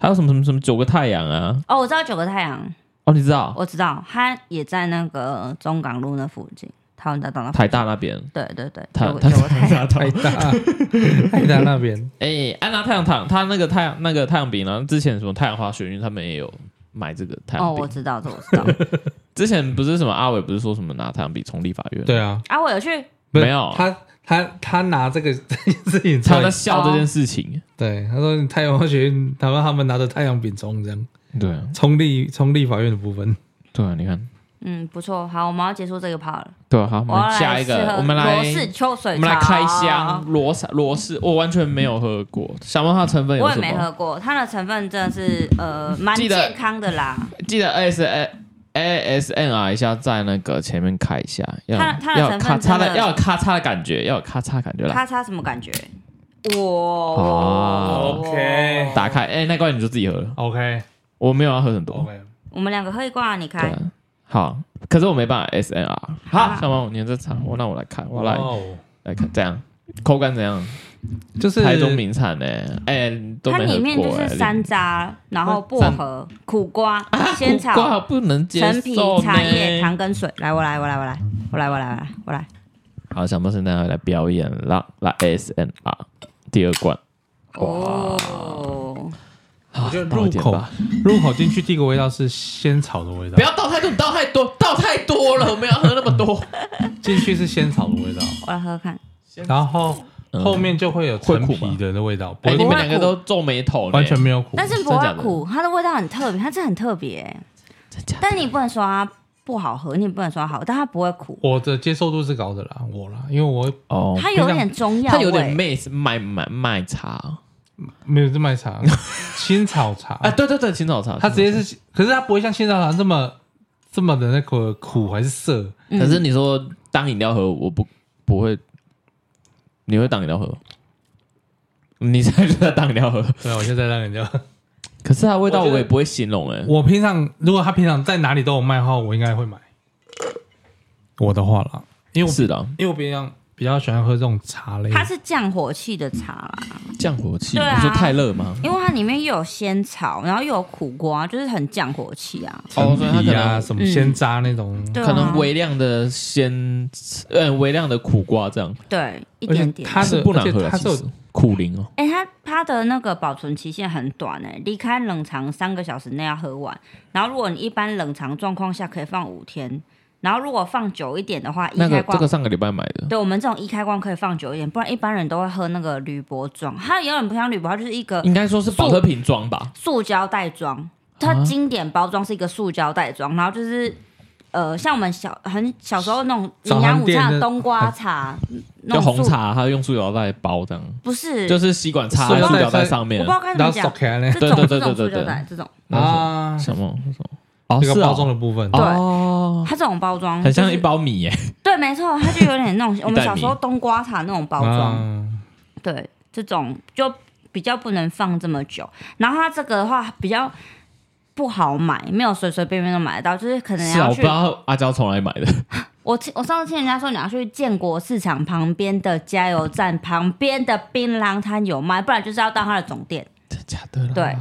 A: 还有什么什么什么九个太阳啊？
B: 哦，我知道九个太阳，
A: 哦，你知道
B: 我知道，他也在那个中港路那附近，台湾大道那附近
A: 台大那边，
B: 对对对，
A: 台
B: 九个
A: 台
B: 九 个太阳，
A: 大
C: 太大， 太大那边
A: 哎、安娜太阳糖，它那个太阳那个太阳饼，然后之前什么太阳花学运，他们也有买这个太
B: 哦，
A: 阳饼。
B: 我知道，这我 知道。
A: 之前不是什么阿伟不是说什么拿太阳饼冲立法院？
C: 对，啊，
B: 啊，我有去，
C: 不是
A: 没有
C: 他他他拿这个 这件事情出
A: 他在
C: 来，
A: 笑这件事情。
C: 对他说你太阳花学运，他说他们拿着太阳饼冲这样
A: 对啊
C: 冲立冲立法院的部分，
A: 对啊，你看，
B: 嗯，不错，好，我们要结束这个 part 了，
A: 对啊，好，我
B: 我要
A: 们
B: 来
A: 下一
B: 试
A: 个
B: 喝，
A: 我们来
B: 罗氏秋水
A: 我
B: 茶，
A: 们来开箱。罗氏罗氏，我完全没有喝过，想问它成分有
B: 我也
A: 什
B: 没
A: 么？
B: 喝过，它的成分真的是呃蛮
A: 记得
B: 健康的啦。
A: 记得 S A S N R 一下，在那个前面开一下，要
B: 它它的
A: 要有
B: 成
A: 咔
B: 分
A: 嚓
B: 真
A: 的，
B: 的
A: 要有咔嚓的感觉，要有咔嚓的感觉来。
B: 咔嚓什么感觉？哇
A: 哦
C: OK
A: 打开，哎，那罐你就自己喝了，
C: OK
A: 我没有要喝很多。
C: OK，
B: 我们两个喝一罐啊，你
A: 对
B: 开。
A: 啊，好，可是我没办法 S N R。好，
B: 啊
A: 小王，你在场，我那我来看，我来、
C: 嗯哦
A: 来看，这样口感怎样？
C: 就是
A: 台中名产呢、哎、都
B: 它
A: 没
B: 里
A: 喝
B: 面就
A: 过哎、
B: 是山楂，然后薄荷、苦瓜、 仙
A: 啊苦瓜
B: 草、
A: 不能接
B: 陈皮、
A: 受
B: 茶叶、
A: 呢。
B: 糖跟水。来，我来，我来，我来，
A: 嗯
B: 我来，我来，我来，我来。
A: 好，小莫现在来表演了，来 S N R 第二罐，
B: 哦，
A: 好
C: 我觉得
A: 啊倒一
C: 入
A: 点
C: 口
A: 吧
C: 入口进去第一个味道是仙草的味道
A: 不，要倒太多，你倒太多，倒太多了，我们要喝那么多。
C: 进去是仙草的味道，
B: 我来喝喝看。
C: 然后
A: 嗯
C: 后面就会有
A: 会
C: 陈
A: 苦
C: 皮
A: 吗
C: 的那味道，不
A: 哎、
C: 会
A: 你
B: 不
A: 们
B: 会
A: 两个
B: 苦
A: 都皱眉头呢，
C: 完全没有苦，
B: 但是不
A: 真假
B: 会
A: 的
B: 苦，它的味道很特别，它真的很特别。
A: 真假的
B: 但你不能说它不好喝，你也不能说它好，但它不会苦，
C: 我的接受度是高的啦，我啦，因为我
A: 哦，
B: 它有点中药
A: 它有点
B: 味。
A: 妹是卖卖卖
C: 啊
A: 茶
C: 没有在卖茶，仙草茶，
A: 啊，对对对，青草茶，
C: 它直接是，可是它不会像仙草茶这么这么的那个苦还是涩，
B: 嗯
A: 可是你说当饮料喝，我不不会，你会当饮料喝？你现在就在当饮料喝，
C: 对啊，我现在让人家，
A: 可是它味道
C: 我觉得
A: 我也不会形容哎、
C: 我平常如果他平常在哪里都有卖的话，我应该会买，我的话啦，因为我
A: 是的，
C: 因为我平常比较喜欢喝这种茶类，
B: 它是降火气的茶啦，
A: 降火气，
B: 对啊
A: 你说太热吗？
B: 因为它里面又有仙草，然后又有苦瓜，就是很降火气啊。
A: 哦
C: 陈
A: 所以它
C: 皮
A: 可
C: 啊
A: 能
C: 什么鲜渣那种，
B: 嗯对啊，
A: 可能微量的鲜，呃，微量的苦瓜这样，
B: 对一
C: 而且
B: 点点。
C: 它
A: 是
C: 的
A: 不难喝
C: 而且
A: 的，
C: 它是有
A: 其实苦灵哦。
B: 哎、它它的那个保存期限很短哎、离开冷藏三个小时内要喝完。然后如果你一般冷藏状况下可以放五天，然后如果放久一点的话，一
A: 那
B: 开
A: 个
B: 罐、
A: 这个上个礼拜买的，
B: 对我们这种一开罐可以放久一点，不然一般人都会喝那个铝箔装，它有点不像铝箔，它就是一个
A: 应该说是保特瓶装吧？
B: 塑胶袋装，它
A: 啊
B: 经典包装是一个塑胶袋装，然后就是。呃，像我们小很小时候那种营养午餐的冬瓜茶，那
A: 就红
B: 种塑
A: 茶，它用塑料袋包这样，
B: 不是，
A: 就是是吸管插
C: 塑
A: 在
C: 料
A: 塑
C: 袋
A: 料袋
C: 在
A: 上
B: 我
A: 面
B: 不知。道该怎
C: 然后
B: 么
C: 手
B: 讲，
C: 开呢
B: 这种
A: 对对对
B: 这种
A: 对
B: 塑
A: 对
B: 胶袋这种，
A: 啊，
C: 啊，
A: 什么什么？哦，
C: 这个
A: 是
C: 包
A: 哦，
C: 装的部分，
B: 对
A: 哦，
B: 它这种包装
A: 很像
B: 就是
A: 一包米耶。
B: 对，没错，它就有 点那种我们
A: 袋
B: 小
A: 米
B: 时候冬瓜茶那种包装，
C: 啊
B: 对，这种就比较不能放这么久。然后它这个的话比较不好买，没有随随便便都买得到，就是可能
A: 是啊，
B: 要
A: 我不
B: 去
A: 知。道阿娇从哪里买的。
B: 我听我上次听人家说，你要去建国市场旁边的加油站旁边的槟榔摊有卖，不然就是要到它的总店
A: 真 假的啦？
B: 对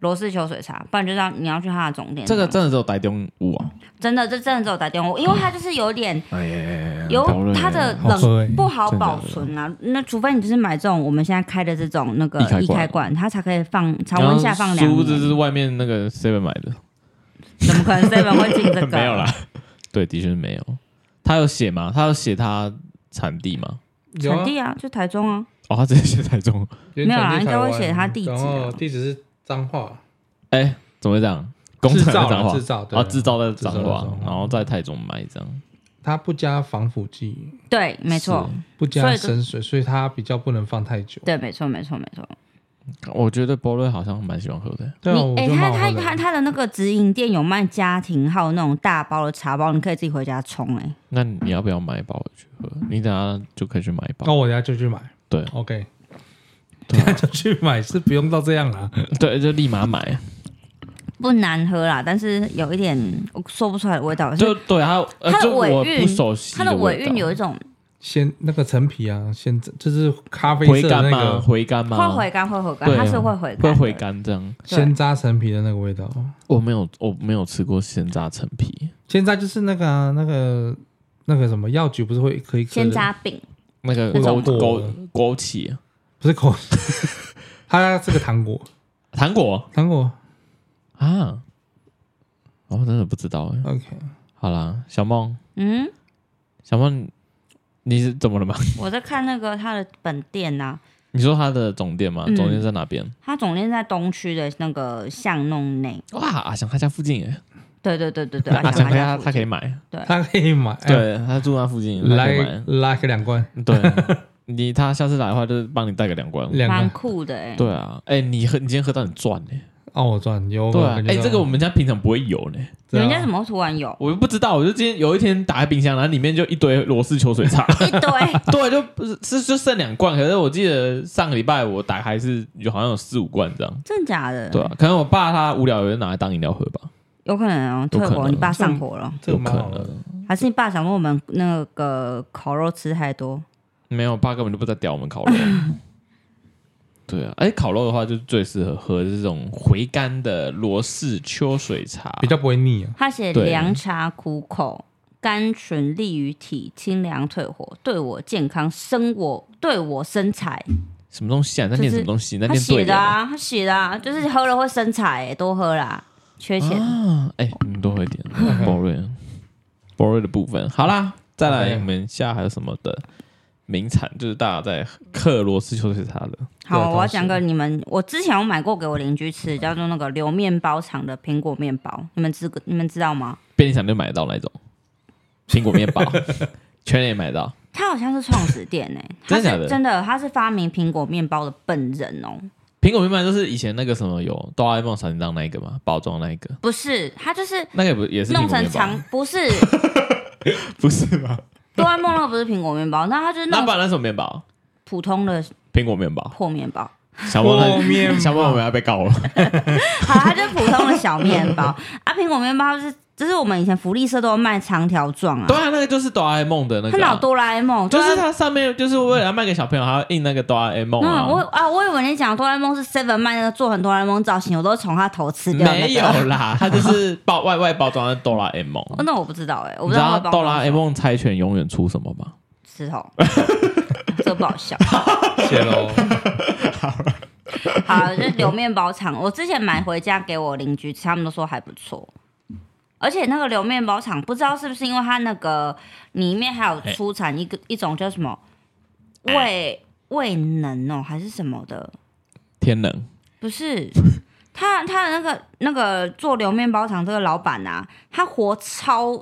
B: 罗氏秋水茶，不然就是要你要去它的总店。
A: 这个真的只有台中五啊。
B: 真的这真的只有打电话，因为它就是有点
A: 哎呀呀呀
B: 有它的
C: 好喝欸
B: 冷不好
A: 真的
B: 保存啊，那除非你就是买这种我们现在开的这种那个
A: 易开罐
B: 易开罐，它才可以放常温下放
A: 殊
B: 两
A: 不知
B: 年。
A: 是外面那个 seven 买的，
B: 怎么可能 seven 会进这个？
A: 没有啦。对，的确是没有。他有写吗？他有写他产地吗？
C: 有
B: 产
C: 啊，
B: 地啊，就台中啊。
A: 哦，他直接写台中。
C: 没
B: 没有啦应该会写他地址啊
C: 然后地址是彰化，
A: 哎、怎么会这样？工
C: 制
A: 厂在
C: 造
A: 彰
C: 啦
A: 化
C: 哦制造对
A: 啊，制造在彰
C: 制造在
A: 化
C: 彰，化
A: 然后在台中买这样。
C: 它不加防腐剂，
B: 对，没错，
C: 不
B: 所
C: 加
B: 以就
C: 生水，所以它比较不能放太久。
B: 对，没错，没错，没错。
A: 我觉得波瑞好像蛮喜欢喝的。
C: 对啊，我
B: 哎、
C: 就
B: 他
C: 蛮
B: 他
C: 好
B: 他
C: 的。
B: 他的那个直营店有卖家庭号那种大包的茶包，你可以自己回家冲哎、
A: 那你要不要买一包回去喝？你等下就可以去买一
C: 那
A: 包。
C: 我等下就去买
A: 对
C: ，OK，
A: 对啊
C: 等下就去买是不用到这样啦。
A: 对，就立马买。
B: 不难喝啦，但是有一点我说不出来的味道，
A: 就对它，呃
B: 它的
A: 就我
B: 尾韵
A: 不熟悉
B: 它的尾
A: 味道
B: 韵有一种
C: 先那个陈皮啊，先就是咖啡
A: 回
C: 色
A: 甘
C: 的那
A: 吗？
C: 个
A: 回甘吗？
B: 会回甘，会回甘，
A: 对啊
B: 它是会回甘
A: 会
B: 的，
A: 回甘这样。
B: 对
C: 鲜榨陈皮的那个味道。
A: 我没有，我没有吃过鲜榨陈皮，
C: 现在就是那个啊，那个那个什么药局不是会一颗一颗的
B: 鲜榨饼，
A: 那个
C: 那
A: 枸
C: 种
A: 枸枸杞
C: 不是口，它是个糖果，
A: 糖果
C: 糖果
A: 啊。我真的不知道哎。
C: OK，
A: 好啦，小梦，
B: 嗯，
A: 小梦，你是怎么了吗？
B: 我在看那个它的本店啊呐、
A: 你说它的总店吗？
B: 嗯
A: 总店在哪边？
B: 它总店在东区的那个巷弄内，
A: 哇，阿翔他家附近哎，
B: 对对对对对，
A: 阿
B: 阿
A: 翔他
B: 翔他家
A: 家
B: 附
A: 他可以
B: 近
A: 买，
C: 它可以买，哎，
A: 对他住那附近，他可以
C: 来
A: 买。
C: 拉个两罐，
A: 对，你他下次来的话，就是帮你带个两罐。
C: 两
B: 蛮
C: 罐
B: 酷的哎、
A: 对啊，哎，你喝你今天喝到很赚哎，
C: 澳哦赚有
A: 对啊，
C: 感觉
A: 哎，
C: 到
A: 这个我们家平常不会有呢，
B: 你
C: 对啊
B: 们家怎么会突然有
A: 我又不知道，我就今天有一天打开冰箱，然后里面就一堆罗氏秋水茶，
B: 一堆？
A: 对，啊就不是是就剩两罐，可是我记得上个礼拜我打开是有好像有四五罐这样，
B: 真假的？
A: 对啊，可能我爸他无聊也就拿来当饮料喝吧，
B: 有可能哦，
A: 有
B: 退
A: 可能
B: 火，你爸上火了，
C: 这
A: 有
C: 个
A: 可
C: 蛮好的，
A: 能
B: 还是你爸想问我们那个烤肉吃太多？
A: 没有，我爸根本就不在屌我们烤肉。对啊，哎，烤肉的话就最适合喝这种回甘的罗氏秋水茶，
C: 比较不会腻啊。
B: 他写
A: 对
B: 凉茶苦口，甘醇利于体，清凉退火，对我健康，生我对我身材。
A: 什么东西啊？你在念什么东西？你在
B: 他
A: 念
B: 写
A: 对
B: 的
A: 了吗。
B: 啊，他写的啊，就是喝了会身材、欸，多喝啦，缺钱。
A: 啊，哎、你们多喝一 点。Boring，Boring 的部分，好啦，再来
C: OK
A: 你们下还有什么的名产？就是大家在克罗斯丘是它的，
C: 对
B: 好，
C: 同
B: 我要
C: 时
B: 讲个你们，我之前有买过给我邻居吃，叫做那个流面包厂的苹果面包，你们知你们知道吗？
A: 便利商店买得到那种苹果面 包，全年也买得到。
B: 他好像是创始店哎、欸，他
A: 真的假
B: 是
A: 的
B: 真的，他是发明苹果面包的本人哦、
A: 苹果面包就是以前那个什么有哆啦 A 梦闪电那一个嘛，包装那一个，
B: 不是，他就是
A: 那个也不也是苹
B: 弄
A: 果
B: 成
A: 面包
B: 长，，不是
A: 不是吗？
B: 哆啦 A 梦那个不是苹果面包，那他就是
A: 那
B: 弄
A: 把那什么面包？
B: 普通的
A: 苹果面包，
B: 破面包，
A: 小猫
C: 破面包
A: 小猫我们要被告了。
B: 好，它就是普通的小面包啊。苹果面包就是，就是我们以前福利社都有卖长条状啊
A: 对，啊，那个就是哆啦 A 梦的那
B: 它
A: 个
B: 老
A: 啊、
B: 哆啦 A 梦，
A: 就是
B: 它。
A: 它上面就是为了要卖给小朋友，还要印那个哆啦 A 梦啊。
B: 嗯，我啊，我以为你讲哆啦 A 梦是 Seven 卖那个做很哆啦 A 梦造型，我都从他头吃掉、那个
A: 没有啦，它就是 包外外包装的哆啦 A 梦。
B: 哦那我不知道哎、我
A: 你知
B: 不知道
A: 道
B: 会帮
A: 哆啦 A
B: 我
A: 梦猜拳永远出什么吗？
B: 石头， 这不好笑。
C: 谢 喽，
B: 好，就是柳面包厂，我之前买回家给我邻居吃，他们都说还不错。而且那个柳面包厂，不知道是不是因为它那个里面还有出产一个、一种叫什么
A: 哎
B: 胃胃能哦，还是什么的，
A: 天能
B: 不是。他他的那个那个做柳面包厂这个老板啊，他活超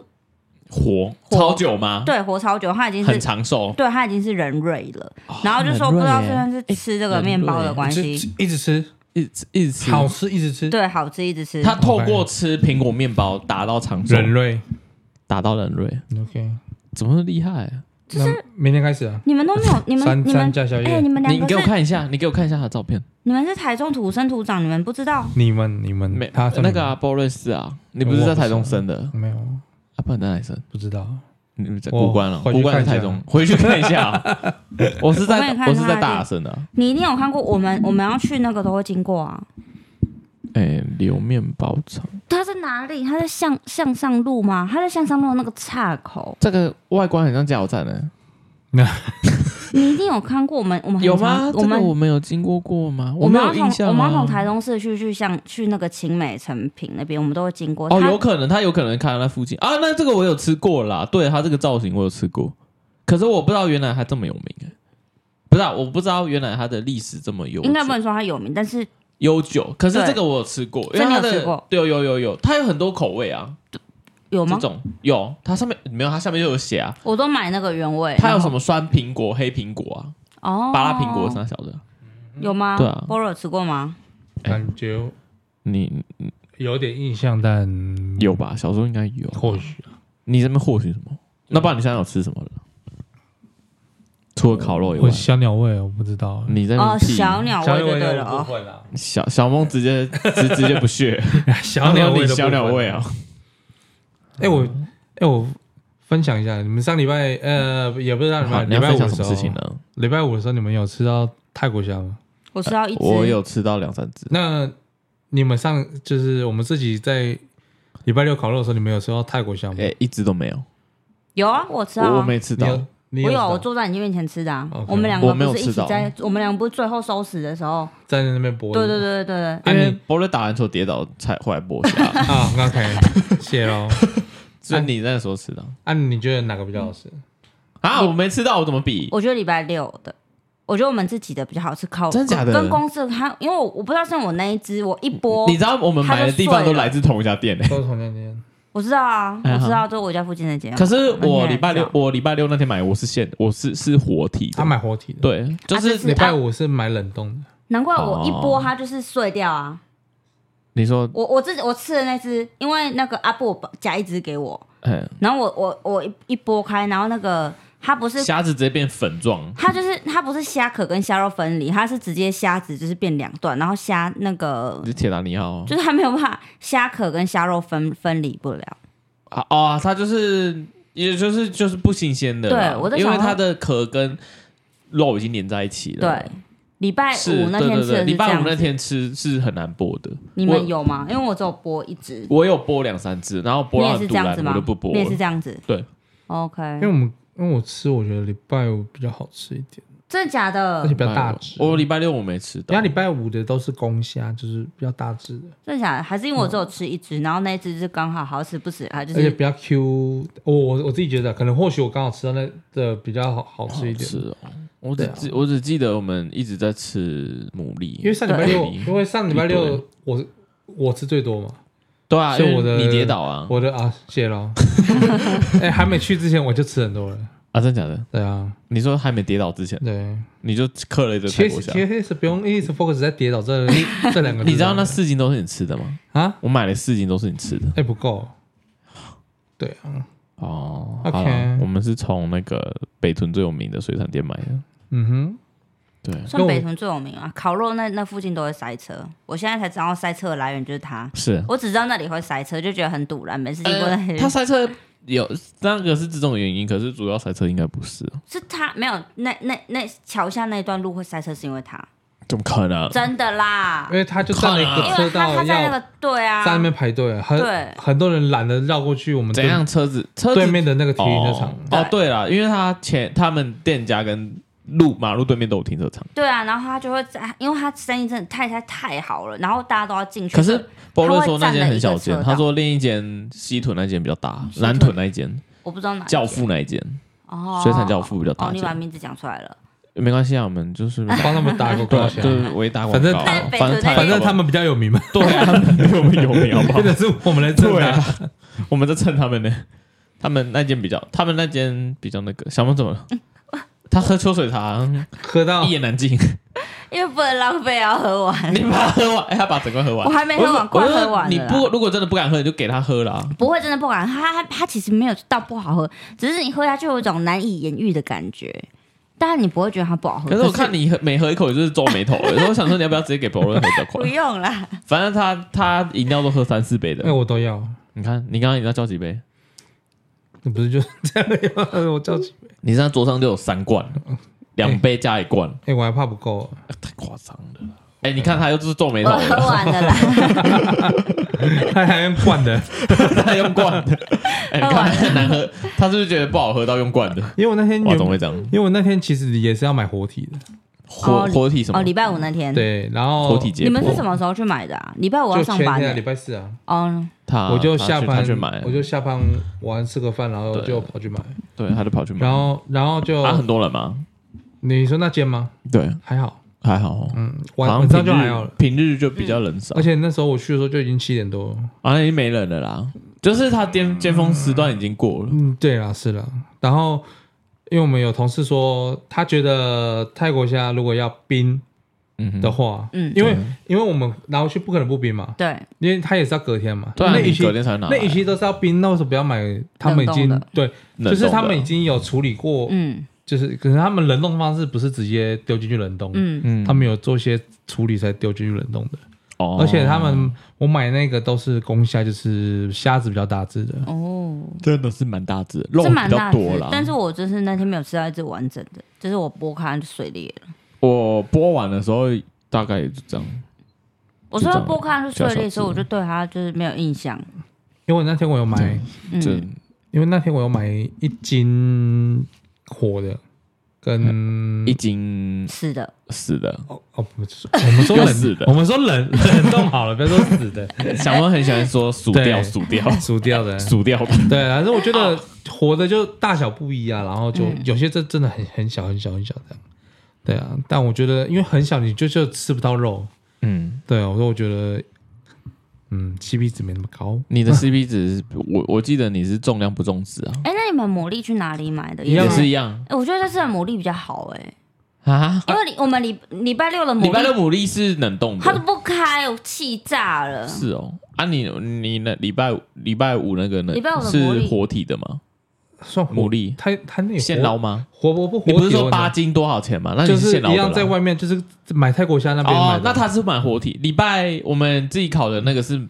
A: 活
B: 活
A: 超久吗？，
B: 对活超久，他已经
A: 很
B: 是
A: 长寿。
B: 对他已经是人瑞了，然后就说
A: 很
B: 不
A: 瑞
B: 知道
A: 耶
B: 是不是吃这个
A: 人
B: 面包
A: 瑞
B: 的关
C: 吃
B: 系，
C: 吃一直吃，
A: 哎一直一直吃。
C: 好吃一直吃，
B: 对好吃一直吃，
A: 他透过吃苹果面包达到长寿，
C: 忍瑞
A: 达到人瑞，
C: OK。
A: 怎么那么厉害啊？
B: 就是
C: 那明天开始啊，
B: 你们都没有，你们
C: 三
B: 你
C: 三
B: 们
C: 价宵
B: 哎、
C: 夜
B: 你，们两
A: 你
B: 个
A: 给
B: 是
A: 我看一下，你给我看一下他的照片。
B: 你们是台中土生土长，你们不知道？
C: 你们你们
A: 没
C: 他
A: 那个啊，波瑞斯啊，你不是在台中生的？
C: 没有
A: 啊，不然在哪里生？
C: 不知道，
A: 你们在
C: 我
A: 古关了，
C: 回去
A: 古关在
C: 看一
A: 台
C: 下
A: 中，回去看一下啊。我是
B: 我也
A: 在
B: 看
A: 我是
B: 他
A: 在
B: 的
A: 大生的啊，
B: 你一定有看过，我们我们要去那个都会经过啊。
A: 哎，流面包厂
B: 它在哪里？它在向向上 路吗？它在向上路的那个岔口。
A: 这个外观很像加油站呢。
B: 你一定有看过我们我们很
A: 有
B: 常
A: 吗？
B: 我
A: 这
B: 们
A: 个我们有经过过吗？
B: 我
A: 没
B: 们
A: 有
B: 要
A: 印
B: 从
A: 象啊
B: 我们要
A: 吗
B: 从？台中市去去像去那个青美成品那边，我们都会经过。
A: 哦，
B: 它
A: 有可能他有可能看到那附近啊。那这个我有吃过啦，对他这个造型我有吃过，可是我不知道原来他这么有名、欸，不是、啊，我不知道原来他的历史这么悠久
B: 应该不能说它有名，但是
A: 悠久。可是
B: 对
A: 这个我有吃过，因
B: 这
A: 为
B: 你
A: 它
B: 有吃
A: 的
B: 过
A: 对有有有有，它有很多口味啊，
B: 有
A: 这
B: 吗？
A: 种有它上面没有，它下面就有写啊。
B: 我都买那个原味。
A: 它有
B: 然后
A: 什么酸苹果、黑苹果啊，
B: 哦，
A: 巴拉苹果那小的，
B: 有吗？
A: 对啊
B: 菠萝有吃过吗？
A: 哎
C: 感觉
A: 你
C: 有点印象，但嗯
A: 有吧？小时候应该有。
C: 或许啊
A: 你这边获取什么？那不然你现在有吃什么了？除了烤肉以外
C: 我，小鸟胃，我不知道。
A: 你在那边
B: 哦，
A: 屁
B: 小鸟味
C: 嗯小
B: 就
C: 鸟胃
B: 对
C: 有
B: 了
C: 一部
B: 哦。
C: 分啊啦，
A: 小小梦直接直直接不屑，
C: 小鸟
A: 你
C: 胃的部分
A: 小鸟胃啊！
C: 哎、我哎、我分享一下，你们上礼拜呃也不是上礼
A: 好
C: 拜，
A: 你
C: 礼
A: 要
C: 拜
A: 分
C: 五
A: 享
C: 的
A: 什
C: 时
A: 么事情
C: 候，啊
A: 呢？
C: 礼拜五的时候你们有吃到泰国虾吗？
B: 我吃到一只，
A: 我有吃到两三只，
C: 那你们上就是我们自己在礼拜六烤肉的时候，你们有吃到泰国虾吗？
A: 哎，一只都没有，
B: 有啊，我吃到啊。
A: 我没吃
C: 嗯你
A: 到
C: 有，，你
B: 我
C: 有吃
B: 有，
C: 到
B: 我坐在你面前吃的啊。
C: OK
B: 我们两个
A: 我没有
B: 不是一
A: 吃
B: 起
A: 到
B: 在，我们两个不是最后收拾的时候，
C: 站在那边播。
B: 对对对对对
A: 因
C: 啊
A: 为
C: 你
A: 博瑞打篮球跌倒才后来剥虾，
C: 啊，OK，谢喽。
A: 所以你那时候吃的
C: 啊，你觉得哪个比较好吃？
A: 啊？我没吃到，我怎么比？
B: 我觉得礼拜六的，我觉得我们自己的比较好吃，烤
A: 真假的
B: 跟公司它，因为我我不知道是我那一只，我一剥，
A: 你知道我们买的地方都来自同一家店欸
B: 啊
C: 都是同样店。
B: 我知道啊，
A: 嗯
B: 我
A: 哼
B: 知道，就我家附近的姐。
A: 可是我礼拜
B: 蛮厉
A: 六
B: 害的，
A: 我礼拜六那天买，我是现，我是是活体
C: 他
A: 的，
C: 买活体的，
A: 对，就
B: 啊这
A: 是
B: 是
C: 礼拜五是买冷冻的。
B: 难怪我一
A: 哦
B: 剥它就是碎掉啊！
A: 你说，
B: 我我自己我吃的那只，因为那个阿布夹一只给我，
A: 哎，
B: 然后我我我一一剥开，然后那个它不是
A: 虾子直接变粉状，
B: 它就是它不是虾壳跟虾肉分离，它是直接虾子就是变两段，然后虾那个
A: 你是铁达尼号哦
B: 就是它没有办法虾壳跟虾肉分分离不了。
A: 啊哦，它就是也就是就是不新鲜的啦，
B: 对我在
A: 因
B: 想
A: 为
B: 说
A: 它的壳跟肉已经粘在一起了，
B: 对，，礼拜
A: 是，
B: 五那
A: 对
B: 天
A: 对
B: 吃的
A: 对，
B: 是
A: 礼
B: 这
A: 拜五
B: 样
A: 那
B: 子，
A: 天吃是很难剥的，
B: 你
A: 我
B: 们有吗？因为我只有剥一只，
A: 我有剥两三只，然后剥
B: 你
A: 到
B: 也
A: 很
B: 是
A: 突
B: 这样
A: 然
B: 子
A: 我
B: 吗
A: 就不？剥
B: 你也是
A: 了，
B: 这样子？
A: 对
B: ，OK，
C: 因为我们因为我吃，我觉得礼拜五比较好吃一点，
B: 真的假
C: 而
B: 的
C: 且？比较大只。
A: 哎我礼拜六我没吃
C: 人
A: 到
C: 家，礼拜五的都是公虾，就是比较大只的，
B: 真的假的？还是因为我只有吃一只，然后那一只是刚好好死不死，它就
C: 嗯而且
B: 是
C: 比较 Q。我我我自己觉得，可能或许我刚好吃到那的比较好好吃一点
A: 是，哦，我只
C: 对啊
A: 记我只记得我们一直在吃牡蛎，
C: 因为上礼拜六，
A: 对
C: 因为上礼拜六我我吃最多嘛，
A: 对啊，
C: 所以
A: 因为
C: 我的
A: 你跌倒啊
C: 我的啊谢 喽。哎，还没去之前我就吃很多了，
A: 啊，真的假的？
C: 对啊，
A: 你说还没跌倒之前，
C: 对。
A: 你就嗑了一堆泰
C: 其
A: 国
C: 实
A: 虾。
C: 其实是不用一直 focus 在跌 倒这这两个字上，
A: 你知道那四斤都是你吃的吗？
C: 啊？
A: 我买了四斤都是你吃的
C: 哎、不够。对啊，
A: 哦。
C: OK
A: 好啦我们是从那个北屯最有名的水产店买的。
C: 嗯哼，
A: 对，
B: 算北屯最有名啊，烤肉那那附近都会塞车，我现在才知道塞车的来源就是它。
A: 是。
B: 我只知道那里会塞车，就觉得很堵然，每次经过那里、
A: 呃他塞车有那个是这种原因，可是主要塞车应该不是。
B: 是他没有那那那桥下那一段路会塞车，是因为他
A: 怎么可能？
B: 真的啦
C: 因，为他就占了一
A: 靠
C: 个
B: 因为
C: 车
B: 他他在
C: 道，
B: 那
C: 要
B: 个对啊，
C: 在那边排队，很
B: 对
C: 很多人懒得绕过去我们
A: 怎
C: 对
A: 样车子车子
C: 对面的那个停车场。
A: 哦？哦，对了，因为他前他们店家跟路马路对面都有停车场，
B: 对啊，然后他就会在，因为他生意真的太太太好了，然后大家都要进去。
A: 可是波瑞说那间很小间，
B: 他会占了一个车道
A: 他说另一间西屯那间比较大，
B: 西屯
A: 南屯那一间
B: 我不知道哪一间
A: 教父那一间
B: 哦，
A: 水产教父比较大
B: 哦，你
A: 间
B: 把名字讲出来了，
A: 没关系啊，我们就是
C: 帮他们打个
A: 对
C: 广
A: 啊，
C: 告，
A: 就是我也打广
C: 反正
A: 告啊，
B: 但北
A: 反正
B: 屯那
C: 反正
B: 边
A: 他
C: 他们比较有名嘛，
A: 对啊，他们比我们有名好不 好
C: 真？的是我们来挣
A: 对啊
C: 他。，
A: 我们在蹭他们呢。他们那间比较，他们那间比较那个。小梦怎么了？
B: 嗯
A: 他喝秋水茶
C: 喝到
A: 一言难 尽，
B: 因为不能浪费，要喝完。
A: 你把它喝完，哎，他把整罐喝完
B: 我。还没喝完，
A: 我
B: 快
A: 就
B: 喝
A: 说
B: 完
A: 你
B: 了啦。
A: 不如果真的不敢喝，你就给他喝啦。
B: 不会真的不敢，它它它其实没有到不好喝，只是你喝下去有一种难以言喻的感觉，但是你不会觉得它不好喝。
A: 可是我看你喝每喝一口就是皱眉头 了，所以我想说你要不要直接给伯伦喝比较
B: 不
A: 快？
B: 用啦，
A: 反正他他饮料都喝三四杯的
C: 那，哎我都要，
A: 你看你刚刚饮料叫几杯？
C: 那不是就这样吗？我叫起，
A: 你
C: 哎
A: 现在桌上就有三罐，两杯加一罐，
C: 哎，我还怕不够，
A: 太夸张了。哎、你看他又是皱眉头
B: 我，
C: 哦
B: 喝完 了啦，
C: 他还用灌的，
A: 他用罐 的，哎、你
B: 喝
A: 看
B: 完
A: 很难喝，他是不是觉得不好喝到用罐的？
C: 哦因为我那天
A: 哇，怎么
C: 有，
A: 会这样？
C: 因为我那天其实也是要买活体的，
A: 活
B: 哦
A: 活体什么？
B: 哦，礼拜五那天，
C: 对，然后
A: 活体解剖？
B: 你们是什么时候去买的啊？礼拜五要
C: 就
B: 上
C: 前
B: 班
C: 天啊礼
B: 欸
C: 拜四啊，
B: 哦，
A: 他
C: 我就
A: 他
C: 下
A: 去
C: 班
A: 他去买，
C: 我就下班完吃个饭，然后
A: 对
C: 就跑去买，
A: 对，他就跑去买。
C: 然后然后就
A: 啊，很多人嘛，
C: 你说那间吗？
A: 对，
C: 还好，
A: 还好哦，
C: 嗯，
A: 好
C: 晚
A: 像
C: 晚上就
A: 平日
C: 还好了，嗯
A: 平日就比较人少啊
C: 而，且那时候我去的时候就已经七点多了，
A: 好像已经没人了啦。就是他巅尖峰时段已经过了，
C: 嗯，对啦，是啦，然后。因为我们有同事说，他觉得泰国虾如果要冰
A: 嗯哼
C: 的话，
B: 嗯
C: 因为因为我们拿回去不可能不冰嘛，
B: 对，
C: 因为他也是要隔天嘛，
A: 对啊，
C: 那一
A: 你
C: 期
A: 隔天才拿来，
C: 那一期都是要冰，那为什么不要买？他们已经
B: 冷冻的
C: 对，
A: 冷冻的
C: 就是他们已经有处理
A: 哦
C: 过，
B: 嗯
C: 就是可能他们冷冻的方式不是直接丢进去冷冻，
B: 嗯，
A: 嗯
C: 他们有做些处理才丢进去冷冻的。
A: 哦
C: 而且他们我买那个都是公虾，就是虾子比较大只的，
B: 哦，
A: 真的是蛮大只嗯的，肉
B: 这蛮
A: 比较
B: 大只
A: 多啦。
B: 但是我就是那天没有吃到一只完整的，就是我剥开就碎裂了。
A: 我播完的时候大概也就这样，
B: 我说
A: 就这样
B: 剥开就碎
A: 小小
B: 裂，
A: 只
B: 所以我就对它就是没有印象。
C: 因为那天我有买，
A: 这
B: 嗯，
C: 因为那天我有买一斤活的，跟
A: 一斤
B: 是的，
A: 死的。
C: 哦哦不是，我们说冷
A: 又死的
C: 我们说冷冷冻好了，不要说死 的，
A: 小猫很喜欢说数 掉
C: 对
A: 数 掉
C: 熟嗯掉的，
A: 数掉，
C: 对，反正我觉得活的就大小不一啊样，然后就
B: 嗯
C: 有些这真的很很小很小很小这样。对啊，但我觉得因为很小，你就就吃不到肉。
A: 嗯，
C: 对啊，我说我觉得，嗯，CP 值没那么高。
A: 你的 CP 值是，我我记得你是重量不重质啊，
B: 哎，那你们牡蛎去哪里买的？
C: 一样啊
A: 也
B: 是
A: 是一样
B: 哎，我觉得这次的牡蛎比较好哎，
A: 啊。
B: 因为你我们礼礼拜六的牡
A: 礼拜六
B: 蛎
A: 牡蛎是冷冻
B: 它都
A: 的，
B: 不开，我气炸了。
A: 是哦。啊你，你那礼拜五礼拜五那个呢？
B: 礼拜五的牡
A: 是
B: 蛎
A: 活体的吗？
C: 算活
A: 牡蛎
C: 它它那
A: 现捞
C: 活
A: 吗？
C: 活活不活
A: 你
C: 体
A: 不是
C: 的
A: 说
C: 问题
A: 八斤多少钱吗？那你
C: 啊就是
A: 现捞
C: 一
A: 的
C: 样在
A: 啦
C: 外面，就是买泰国虾那边买
A: 哦
C: 的。，
A: 那他是买活体。礼拜我们自己烤的那个是，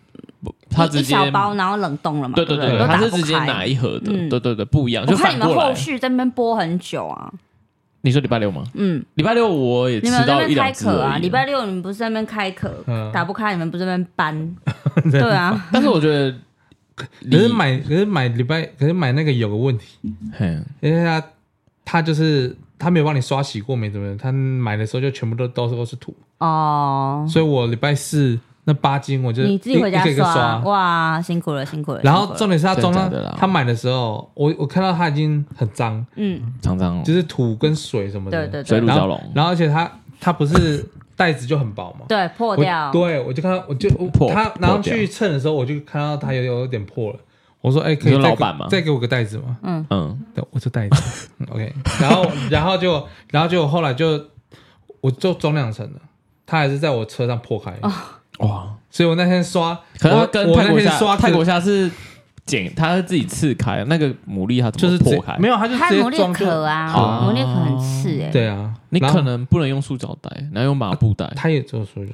A: 他
B: 一
A: 直
B: 一
A: 接
B: 小包，然后冷冻了嘛？
A: 对对
B: 对
A: 对，
B: 不都
A: 他
B: 打
A: 是
B: 不
A: 直接
B: 开
A: 拿一盒的，
B: 嗯
A: 对对对，不一样，
B: 我
A: 就
B: 看
A: 反
B: 你们
A: 过
B: 后
A: 来。
B: 续在那边播很久啊，
A: 你说礼拜六吗？
B: 嗯，
A: 礼拜六我也吃
B: 你们有在
A: 到
B: 那
A: 一
B: 边开
A: 两只
B: 壳
A: 而
B: 啊，
A: 已
B: 礼拜六你们不是在那边开壳，
C: 嗯
B: 打不开，你们不是在那边 搬，对啊，
A: 但是我觉得你，
C: 可是买可是买礼拜可是买那个有个问题，
A: 嘿
C: 因为它它就是它没有帮你刷洗过没怎么样，它买的时候就全部都都是都是土。
B: 哦，
C: 所以我礼拜四那八斤，我就
B: 你自己回家
C: 一个一个
B: 刷，
C: 刷。
B: 哇，辛苦了，辛苦了。
C: 然
B: 辛苦
C: 后
B: 了
C: 重点是他装
A: 真的假的啦哦
C: 他买的时候，我我看到他已经很脏，
B: 嗯，
A: 常常
C: 就是土跟水什么的。
B: 对对
A: 水
B: 对
A: 乳
C: 然后
A: 交融
C: 然后而且他他不是袋子就很薄嘛，
B: 对，破
C: 我
B: 掉，
C: 对，我就看到我就我
A: 破
C: 他拿上
A: 破掉
C: 去称的时候，我就看到他有有点破了。我说：“哎、可
A: 你
C: 以
A: 说
C: 再
A: 老
C: 给
A: 板吗
C: 再给我个袋子吗？”
A: 嗯，
C: 对，我就带一张嗯，OK，然 后然后就然后就后来就我就装两层的，它还是在我车上破开，
A: 哇，
C: 所以我那天刷，
A: 可是它
C: 我
A: 跟
C: 我
A: 泰
C: 那
A: 国
C: 天
A: 虾，
C: 刷
A: 泰国
C: 是
A: 虾是剪，它是自己刺开那个牡蛎，它怎
C: 就
A: 么
C: 是直
A: 破开？
C: 没有，它就
B: 它
C: 直
B: 的牡
C: 接
B: 蛎
C: 装就
B: 壳啊，
A: 哦
B: 牡蛎壳很刺哎，
C: 对啊，
A: 你
C: 然
A: 可
C: 后啊
A: 能不能用塑胶袋，然后用麻布袋。
C: 它也做所有，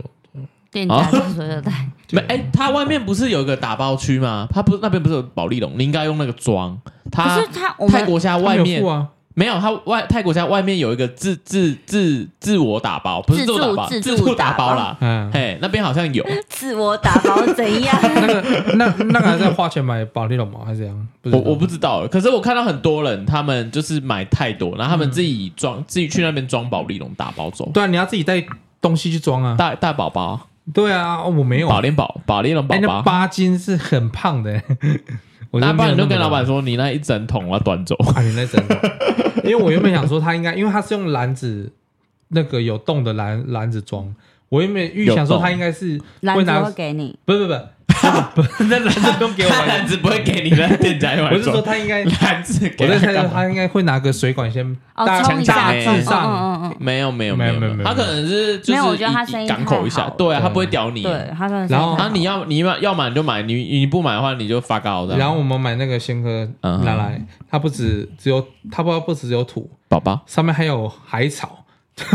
B: 店家就说就带，
A: 没，哎、它外面不是有一个打包区吗？它不是那边不是有保丽龙？你应该用那个装。
B: 可
A: 它
B: 是它我
A: 泰
B: 们
A: 国虾外
C: 它没有
A: 面
C: 付啊，
A: 没有，它外泰国虾外面有一个自自自自我打包，不是
B: 自助
A: 我打包，
B: 自助
A: 自助打
B: 打包
A: 包啦。
C: 嗯，
A: 嘿，那边好像有，
B: 自我打包怎 样？
C: 那个那那个还在花钱买保利龙吗？还是怎样？不是
A: 我我不知道，可是我看到很多人他们就是买太多，然后他们自己装，
C: 嗯
A: 自己去那边装保利龙打包走，
C: 对啊，你要自己带东西去装啊，
A: 大大宝宝，
C: 对啊，哦我没有，
A: 保利宝保利龙宝
C: 哎，那
A: 宝，
C: 八斤是很胖的， 我
A: 那
C: 觉得
A: 不
C: 没有
A: 然你就
C: 么
A: 跟老
C: 胖
A: 板说，你那一整桶我要端走。
C: 啊，原来真的，因为我原本想说他应该，因为他是用篮子那个有洞的篮篮子装，我原本预想说他应该是
B: 篮
C: 会
B: 子
C: 拿，
B: 会给你，
C: 不是不是不是，不是那 篮子不用给 我
A: 他篮
C: 玩，
A: 子不会给你的，店家用来
C: 我是说
A: 装，
C: 他应该，
A: 篮子给
C: 我在
A: 他
C: 猜测
A: 干嘛？
C: 他应该会拿个水管先
B: 哦，
C: 大
B: 冲一下，
A: 大
B: 冲
A: 致
C: 上
B: 嗯嗯嗯嗯，
A: 没有没有
C: 没有
A: 有
C: 没有没有
A: 他可能是就是
B: 没有我觉得
A: 以
B: 他声音
A: 港口一
B: 太
A: 下
B: 好，了
A: 对啊，
C: 对
A: 他不会屌你。
B: 对，他真的是
C: 然后
A: 啊，你要你要要么你就买，你你不买的话你就发高的。
C: 嗯然后我们买那个鲜科
A: 嗯
C: 拿来，它不止只有，它不不只有土，
A: 宝 宝，
C: 上面还有海草，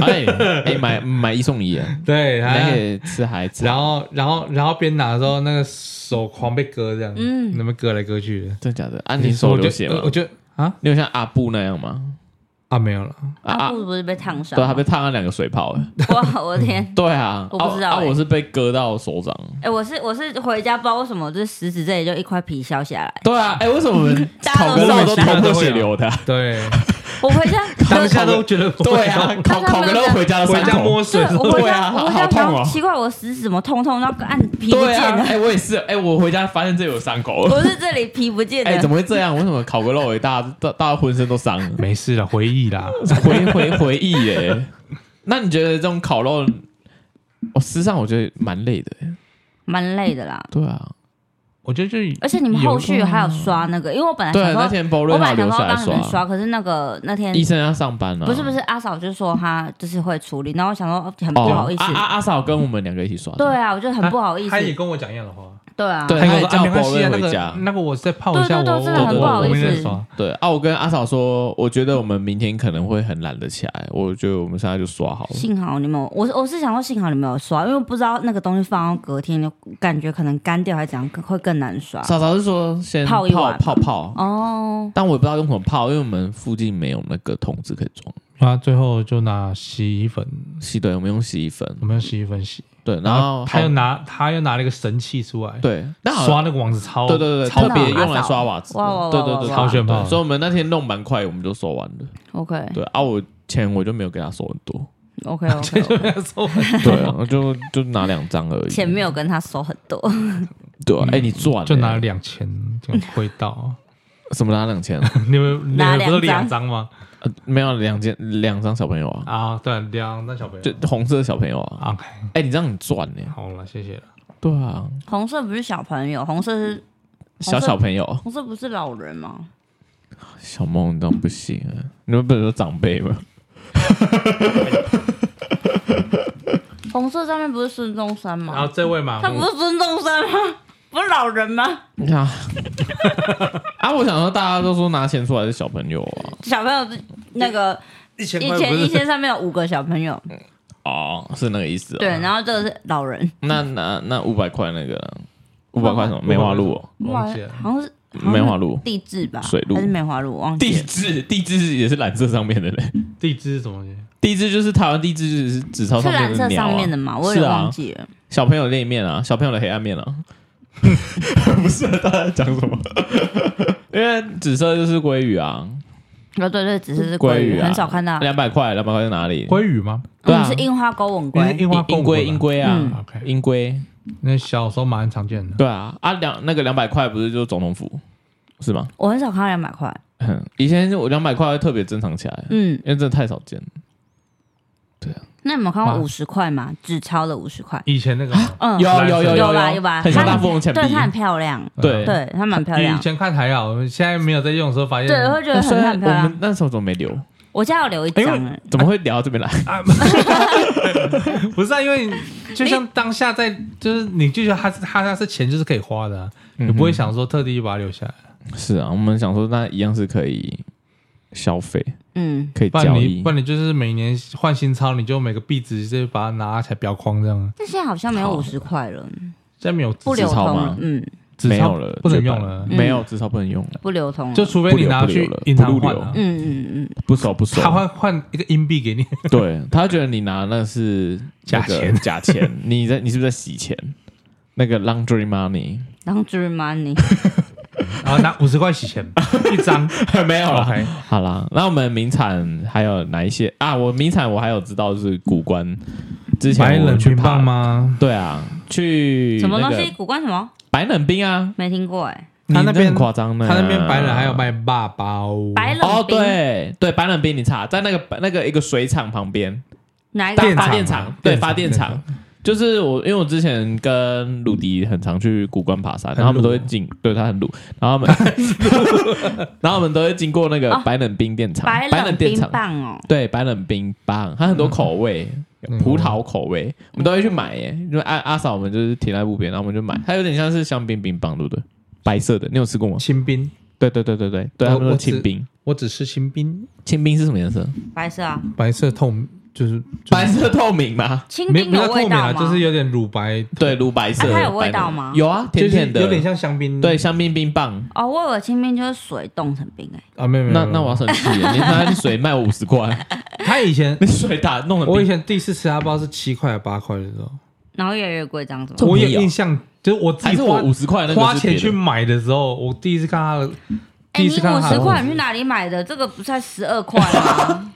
A: 哎哎买买一送一 啊，
C: 对，
A: 你还可
C: 还
A: 以吃孩子。
C: 然后然后然后边拿的时候，那个手狂被割这样，
B: 嗯
C: 那么割来割去的，
A: 真假的？啊，
C: 啊
A: 你手流血吗
C: 我？就啊，
A: 你有像阿布那样吗？
C: 啊，没有了，
B: 他
A: 啊，
B: 肚子不是被烫伤
A: 对，
B: 吗？
A: 他被烫了两个水 泡，哎，
B: 哇， 我的天！
A: 对啊，
B: 我不知道
A: 啊啊
B: 欸
A: 我是被割到手掌，
B: 哎、我是我是回家，不知道为什么，就是食指这里就一块皮削下来。
A: 对啊，哎，为什么我们
B: 大家
A: 烤
B: 都
A: 个肉
B: 是
A: 都
C: 大家
A: 头破
C: 都会
A: 血
C: 有
A: 流 的啊？
C: 对，
B: 我回家，
C: 当下都觉得
A: 对啊，烤
B: 大家
A: 烤
B: 没
A: 个
B: 有
A: 肉
B: 这
A: 回 家
B: 样
A: 都
C: 回
A: 伤
C: 家
A: 口
C: 摸，水
B: 对，我回
A: 对
B: 家，
A: 啊
B: 我回
A: 好
B: 家
A: 痛
B: 想
A: 哦
B: 奇怪，我食指怎么痛痛，然后按皮不
A: 对
B: 见
A: 啊
B: 了，，
A: 哎，我也是，哎，我回家发现这有伤口，
B: 我是这里皮不见了。
A: 哎，怎么会这样？为什么烤个肉，哎，大家 大大家浑身都伤了？
C: 没事了，回忆啦，
A: 回回回忆耶、 那你觉得这种烤肉，我、吃上我觉得蛮累的、欸。
B: 蛮累的啦。
A: 对啊，
C: 我觉得就是
B: 而且你们
C: 有
B: 后续
C: 空啊
B: 还有刷那个，因为我本来
A: 对
B: 哎想
A: 啊，那
B: 说，
A: 天包瑞
B: 我本
A: 还
B: 来
A: 留
B: 想说
A: 下来
B: 帮你
A: 刷
B: 们
A: 啊，
B: 刷，可是那个那天
A: 医生要上班了、啊
B: 不是不是，阿嫂就说她就是会处理，然后我想说哦很不
A: 哦，
B: 好意思
A: 阿，阿阿嫂跟我们两个一起刷的，
B: 对啊，我就很不好意思
C: 他，也跟我讲一样的话，
B: 对啊，
A: 对
C: 他也说
A: 他
C: 啊
A: 也
C: 没关系啊，
A: 叫
C: 那
A: 我回
C: 个
A: 家
C: 那个我再泡一
B: 对对
C: 下，
B: 对
C: 我
B: 真的
A: 很
C: 我
A: 不好
C: 我
A: 意
C: 我
A: 思
C: 明天刷，
A: 对啊，我跟阿嫂说，我觉得我们明天可能会很懒得起来，我觉得我们现在就刷好了。
B: 幸好你们有，我是我是想说幸好你们有刷，因为不知道那个东西放到隔天就感觉可能干掉还是怎样，更会更难刷。
A: 嫂嫂是说先
B: 啊泡一
A: 泡
B: 碗
A: 泡泡，
B: 哦，
A: 但我也不知道用什么泡，因为我们附近没有那个桶子可以装。
C: 然后最后就拿洗衣粉，
A: 洗对，我们用洗衣粉。
C: 我们用洗衣粉洗，
A: 对，然后
C: 他
A: 好
C: 又拿他又拿了一个神器出来，
A: 对，那好像
C: 刷那个网子超
A: 对对对，
C: 超
A: 特
B: 棒
A: 别
B: 的
A: 用来刷瓦子的，
B: 哇哇哇
A: 对对对，
B: 哇
A: 对
C: 超炫炮
A: 对所以我们那天弄蛮快，我们就收完了。
B: OK
A: 对啊，我钱我就没有给他收很多，
B: OK OK，
A: 对啊，我就就拿两张而已。
B: 前面有跟他收很多，
A: 对啊，哎，你赚了
C: 嗯就拿了两千，就亏到。
A: 什么拿两千？啊
C: 你们你
B: 拿
C: 们不是
B: 两张
C: 两张吗？
A: 呃没有两千两张小朋友啊，
C: 啊，对，两张小朋友。
A: 就红色的小朋友啊。
C: OK，
A: 哎，你这样你赚呢？
C: 好了，谢谢了。
A: 对啊，
B: 红色不是小朋友，红色是
A: 小小朋友，啊
B: 红色不是老人吗？
A: 小梦你这样不行啊，你们不能说长辈吗？
B: 红色上面不是孙中山
C: 然
B: 吗
C: 后？这位嘛，
B: 嗯他不是孙中山吗？不是老人吗？
A: 你看啊 啊，我想说大家都说拿钱出来是小朋友啊，
B: 小朋友是那个
C: 一千
B: 一
C: 块
B: 千
C: 不
B: 一
C: 是
B: 千上面有五个小朋友，
A: 哦，是那个意思哦。
B: 对，然后这个是老人，
A: 那那那五百块那个呢，五百块什么梅花鹿、哦，
C: 我忘记了。
B: 好像是
A: 梅花鹿，
B: 地质吧，
A: 水路
B: 还是梅花鹿，我忘记
A: 地
B: 了。
A: 质地质也是蓝色上面的嘞，
C: 地支是什么东西？
A: 地质就是台湾地质就是纸钞
B: 是
A: 上面
B: 蓝
A: 的
B: 色
A: 鸟、啊，
B: 上面的嘛，我
A: 是
B: 也
A: 啊
B: 忘记了。
A: 小朋友的那一面啊，小朋友的黑暗面啊， 不是啊大家在讲什么？ 因为紫色就是鲑鱼啊，
B: 哦，对对，只是是
A: 鲑
B: 鲑
A: 鱼啊
B: 很少看到。嗯
A: 两百块，两百块在哪里？
C: 鲑鱼吗？
A: 对啊
B: 嗯，是樱花钩吻
C: 那是
B: 鲑，
C: 樱花公
A: 鹰
C: 主吧
A: 龟，鹰龟
B: 嗯
A: 啊
C: OK，
A: 鹰龟，
C: 那小时候蛮常见的。
A: 对啊，啊两那个两百块不是就是总统府是吗？
B: 我很少看到两百块。
A: 哼以前我两百块会特别珍藏起来，
B: 嗯，
A: 因为真的太少见了。
B: 那你们有看过
C: 哇
B: 五十块吗？纸钞的五十块。
C: 以前那个
B: 嗯，
A: 有啊有有
B: 有吧
A: 有
B: 有吧
A: 很像
B: 它
A: 大富翁钱币
B: 对，。它很漂亮，
A: 对啊
B: 对，它蛮漂
C: 以
B: 亮。
C: 前看还好，现在没有在用的时候发现，
B: 对，我会觉 得
A: 那
B: 很
A: 虽
B: 它
A: 然
B: 很
A: 我
B: 漂亮
A: 们。那时候怎么没留？
B: 我家有留一
C: 哎
B: 张
C: 因
B: 哎，
A: 怎么会聊到这边来？
C: 不是啊，因为就像当下在，就是你就觉得它是它那是钱就是可以花的啊，
A: 嗯
C: 你不会想说特地把它留下来，
A: 是啊，我们想说那一样是可以消费，
B: 嗯，
A: 可以
C: 不然
A: 交
C: 你
A: 易
C: 不。然你就是每年换新钞，你就每个币值就把它拿起来裱框这样啊，
B: 但现在好像没有
A: 好
B: 五十块了，
C: 现在没有
B: 不流
A: 纸钞
B: 通
A: 吗
B: 了，嗯，
C: 纸
A: 没
C: 钞
A: 有了，
C: 不能
A: 绝版
C: 用了
B: 嗯
A: 没有至少不能用了，
B: 不流通了，
C: 就除非你拿去银行
A: 不留
C: 换啊
A: 不留不，
B: 嗯嗯嗯，
A: 不熟不熟。
C: 他会换一个硬币给你，
A: 对他觉得你拿那是
C: 假
A: 那个
C: 钱
A: 假钱， 你在你是不是在洗钱？那个 laundry money
B: 然后 dream money，
C: 然后拿五十块洗钱一张哦
A: 没有啦。
C: ，OK，
A: 好啦，那我们名产还有哪一些啊？我名产我还有知道就是古关，之
C: 买
A: 前我
C: 冷
A: 去
C: 冰
A: 爬
C: 棒？吗？
A: 对啊，去
B: 什么
A: 那
B: 东
A: 个
B: 西？古关什么？
A: 白冷冰啊，
B: 没听过哎，
C: 他
A: 你
C: 那
A: 这
C: 边
A: 很夸张呢，
C: 他那边白人还有卖霸包，
B: 白冷
A: 哦，
B: 冰，
A: 对对，白冷冰你查在那个那个一个水厂旁边，
B: 哪一
A: 大
B: 个
C: 电厂
A: 发
C: 啊
A: 电厂，对发电
C: 电
A: 厂。就是我，因为我之前跟鲁迪很常去古关爬山，
C: 很
A: 然后他们
C: 鲁
A: 都会经，对他很鲁，然后他们， 然后我们都会经过那个
B: 哦
A: 白冷冰电厂，
B: 白
A: 白冷
B: 冷
A: 电
B: 冰
A: 厂，
B: 棒哦，
A: 对白冷冰棒，它很多口味，有葡萄口味，我们都会去买耶。因为阿阿嫂我们就是停在路边，然后我们就买，它有点像是香槟冰棒，对不对？白色的，你有吃过吗？
C: 清冰，
A: 对对对对对，对他
C: 我
A: 们说
C: 哦我只
A: 清冰，
C: 我只吃清冰，
A: 清冰是什么颜色？
B: 白色啊，
C: 白色透就是
A: 白色透明吗？
B: 青
C: 没
B: 冰
C: 没
B: 有
C: 有透
B: 味
C: 明
B: 道
C: 啊，
B: 吗？
C: 就是有点乳白，
A: 对，乳白色的、
B: 啊它有
A: 白
B: 味
A: 的
B: 道吗
A: 有啊，
C: 就
A: 甜
C: 是
A: 甜的，
C: 有点像香槟。
A: 对香槟冰棒。
B: 哦，我以为青冰就是水冻成冰哎、
C: 啊，没有没有，
A: 那
C: 没有
A: 那我要生气 了，你拿水卖我五十块，
C: 他以前
A: 那水打弄的
C: 我以
A: 冰，
C: 前第一次吃他包是七块还八块的时候，
B: 然后越来越贵这样子
A: 这
B: 吗
A: 么？
C: 我
A: 便宜
C: 有
A: 哦
C: 印象，就是我自
A: 还
C: 己
A: 是我
C: 花
A: 五十块那个
C: 花
A: 是
C: 钱
A: 别的
C: 去买的时候，我第一次看他的，
B: 哎、
C: 第一
B: 你
C: 次看
B: 五
C: 他的
B: 十
C: 包
B: 块你去哪里买的？这个不才十二块 吗？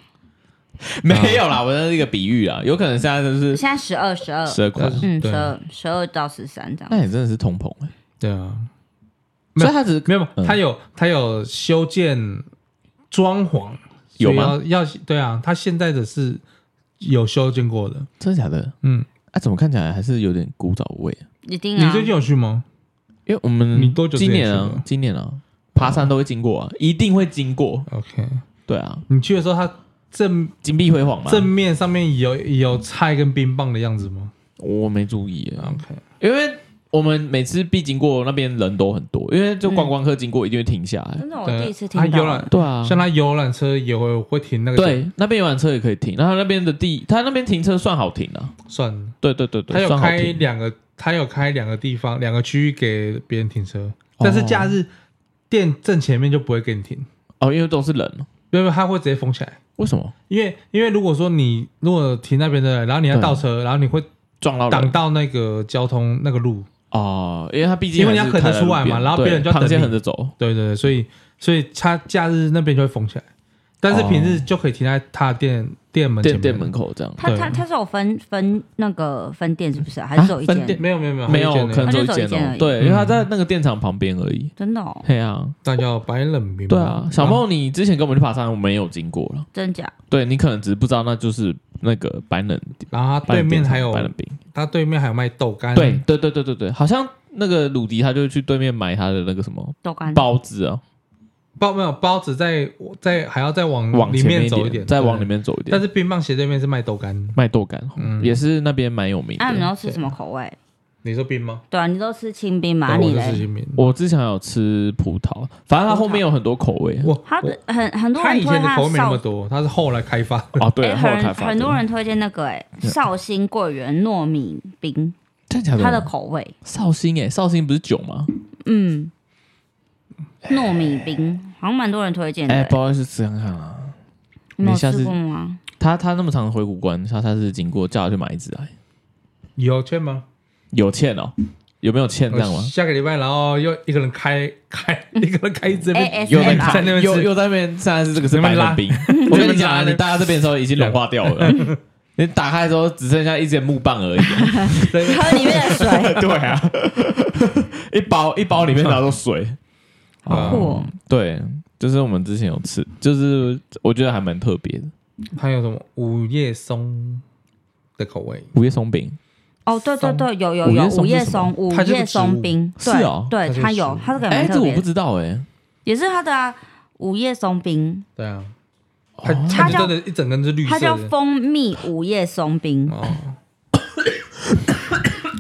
A: 没有啦，我的那个比喻啊，有可能现在就是
B: 现在十二十二，
A: 十二块，
B: 嗯，
C: 对
B: 十二十二到十三这样。
A: 那也真的是通膨哎、
C: 对啊，没
A: 所
C: 有
A: 以它只是
C: 没有，
A: 嗯
C: 他有他有修建装潢，
A: 有
C: 所以
A: 吗
C: 要要对啊，他现在的是有修建过的，
A: 真的假的？
C: 嗯，
A: 啊，怎么看起来还是有点古早味、啊？
B: 一定
C: 你
B: 啊！
C: 最近有去吗？
A: 因为我们
C: 你多久之
A: 今
C: 前
A: 年
C: 去
A: 啊
C: 的，
A: 今年啊，爬山都会经过啊，一定会经过。
C: OK，
A: 对啊，
C: 你去的时候，他正
A: 金碧辉煌嘛，
C: 正面上面有有菜跟冰棒的样子吗
A: 我没注意耶、
C: ？OK，
A: 因为我们每次必经过那边人都很多，因为就观光客经过一定会停下来。
B: 真的，我
C: 对
B: 第一次听
C: 他游
B: 到。
C: 览，
A: 对啊，
C: 像他游览车也会会停那个，，
A: 对那边游览车也可以停，然后那边的地，它那边停车算好停啊。
C: 算了，
A: 对对对
C: 他
A: 对，
C: 有
A: 算好
C: 开
A: 停。
C: 两个，他有开两个地方，两个区域给别人停车，但是假日店正前面就不会给你停，
A: 哦，因为都是人，
C: 因为他会直接封起来。
A: 为什么
C: 因为因为如果说你如果停那边的，然后你要
A: 对
C: 倒车，然后你会
A: 撞到
C: 挡
A: 人？
C: 到那个交通那个路，
A: 哦，因为它毕竟
C: 因为你
A: 还是
C: 要横着
A: 开在路
C: 出来嘛
A: 边
C: 然后
A: 对
C: 别人就要等
A: 螃蟹
C: 你
A: 横着走。
C: 对对对，所以所以他假日那边就会封起来，但是
A: 哦
C: 平日就可以停在他的店店门前
A: 店店
C: 面
A: 门口这样，
B: 他他
C: 对啊
B: 他是有分分那个分店是不是？还是只有一
A: 分
B: 间？
A: 店
C: 没有没有没有
A: 没
C: 还
A: 有，
C: 一间
A: 可能
C: 呢
A: 只有
B: 它就只有一间而
A: 哦
B: 已
A: 对，
C: 嗯
A: 因为他在那个电厂旁边而已。
B: 真的哦，
A: 对啊，
C: 那叫白冷冰
A: 对
C: 棒。
A: 啊，小梦，你之前跟我们去爬山，我们也有经过了。
B: 真假？
A: 对你可能只是不知道，那就是那个白冷
C: 然后他
A: 白
C: 对
A: 冷
C: 面
A: 电厂
C: 还有
A: 白冷冰。
C: 他对面还有卖豆干，
A: 对对对对对对，好像那个鲁迪他就去对面买他的那个什么
B: 豆干
A: 包子啊，
C: 包没有包子在在还要再往
A: 往
C: 嗯里
A: 前面
C: 面走
A: 一
C: 点，
A: 再
C: 对
A: 往里。面走一
C: 但
A: 点。
C: 是冰棒斜对面是卖豆干，
A: 卖豆干
C: 嗯
A: 也是那边蛮有名
B: 那你们
A: 的。
B: 都吃什么口味？
C: 你说冰吗？
B: 对啊，你都吃清冰嘛？
C: 对
B: 啊
C: 我
B: 你
C: 是吃
B: 嘞？
C: 新冰。
A: 我之前有吃葡萄，反正它后面有很多口味。
C: 我
B: 他
C: 我
B: 的很很多
C: 他
B: 人
C: 以
B: 推
C: 前的
B: 他
C: 口味没那么
B: 绍，
C: 多，他是后来开发的。
A: 哦，对，
B: 哎
A: 后来
B: 很
A: 开发的
B: 很多人推荐那个哎绍兴桂圆糯米冰，
A: 真的假
B: 它的
A: 的？
B: 口味，
A: 绍兴哎，绍兴不是酒吗？
B: 嗯，糯米冰好像蛮多人推荐的
A: 哎，
B: 哎。
A: 不好意思，吃看看啊。
B: 你没有
A: 你下次
B: 吃过吗？
A: 他他那么常回古关，他他是经过叫他去买一支来，
C: 有券吗？
A: 有欠哦，有没有欠这样吗
C: 我？下个礼拜，然后又一个人开 开，一个人开一支冰
B: ASMR
A: 又在
B: 打
C: 在那边
A: 又
C: 吃，
A: 又在那边，现在是这个是
C: 在那
A: 白
C: 边
A: 冷
C: 拉
A: 冰。我跟你讲啊，
C: 在那边拉
A: 你搭到这边的时候已经融化掉了， 你打开之后只剩下一截木棒而已。
C: 在那边
B: 喝里面的水，
A: 对啊， 一包一包里面拿到水，啊
B: 好酷哦！
A: 对，就是我们之前有吃，就是我觉得还蛮特别的
C: 还有什么午夜松的口味？
A: 午夜松饼。
B: 哦，对对
C: 松
B: 对，有有
A: 午夜
B: 有
A: 松是
B: 午夜
A: 什么
B: 松，午
C: 它就是
B: 夜
C: 植物
B: 松冰，
A: 是
B: 对
A: 哦
B: 对
C: 它，是
B: 它
C: 植
B: 有
C: 物，
B: 它这个
A: 哎，
B: 蛮
A: 这
B: 特
A: 我
B: 别
A: 不
B: 的，
A: 知道哎，
B: 也是它的啊午夜松冰，
C: 对啊，它
A: 哦
B: 它
C: 它
B: 叫
C: 真的一整根是绿
B: 它
C: 色
B: 叫
C: 的。
B: 蜂蜜午夜松冰。
C: 哦，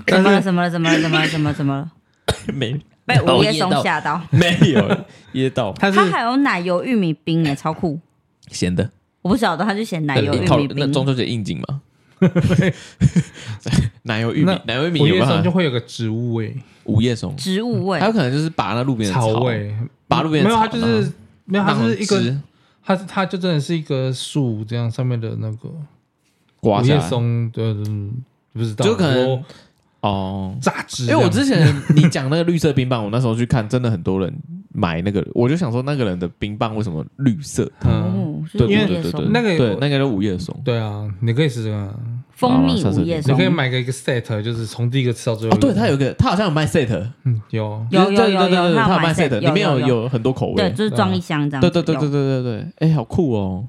B: 怎么了？怎么了？怎么了？怎么了？怎么了？怎么了？
A: 没
B: 被午夜松
A: 到
B: 吓到。
A: 没有噎到
C: 它是
B: 它还有奶油玉米冰
A: 嗯
B: 哎，超酷！
A: 咸的。
B: 我不晓得，它就写奶油玉
A: 烤
B: 米
A: 那
B: 冰。
A: 中秋节应景 嘛？奶油玉
C: 那
A: 米，奶油玉米
C: 午
A: 有
C: 夜
A: 没
C: 松就
A: 有？
C: 会有个植物味、
A: 午夜松，
B: 植物味
A: 还，有可能就是拔那路边的
C: 草味，
A: 拔路
C: 没
A: 边的
C: 有，
A: 草
C: 它就是没有，
A: 然
C: 它
A: 后
C: 是一
A: 让
C: 个，
A: 汁
C: 它是它就真的是一个树这样上面的那个
A: 刮
C: 午
A: 下
C: 夜
A: 来
C: 松，对，对对不知道，
A: 就可能
C: 我
A: 哦。
C: 榨汁
A: 因
C: 这
A: 为
C: 样。
A: 我之前你讲那个绿色冰棒，我那时候去看，真的很多人买那个，我就想说那个人的冰棒为什么绿 色？
C: 嗯，
B: 哦，是
A: 对
B: 午
A: 对
C: 因为
A: 对
B: 夜
A: 对对，
B: 松，
C: 那个
A: 对那个叫午夜松。
C: 对啊，你可以试试看啊，
B: 蜂蜜
A: 好了
B: 午夜
C: 你
B: 松
C: 可以。买个一个 set，就是从第一个吃到最后
A: 哦，
C: 一个。
A: 对，它有一个，它好像有卖 set，
C: 嗯有，
B: 有有
A: 对对
B: 有
A: 对对
B: 有，
A: 对，它
B: 有
A: 卖 set，里面有
B: 有，
A: 有很多口味。
B: 对，就是装一箱这样
A: 对
B: 子。
A: 对对
B: 有
A: 对对对对，哎，好酷哦！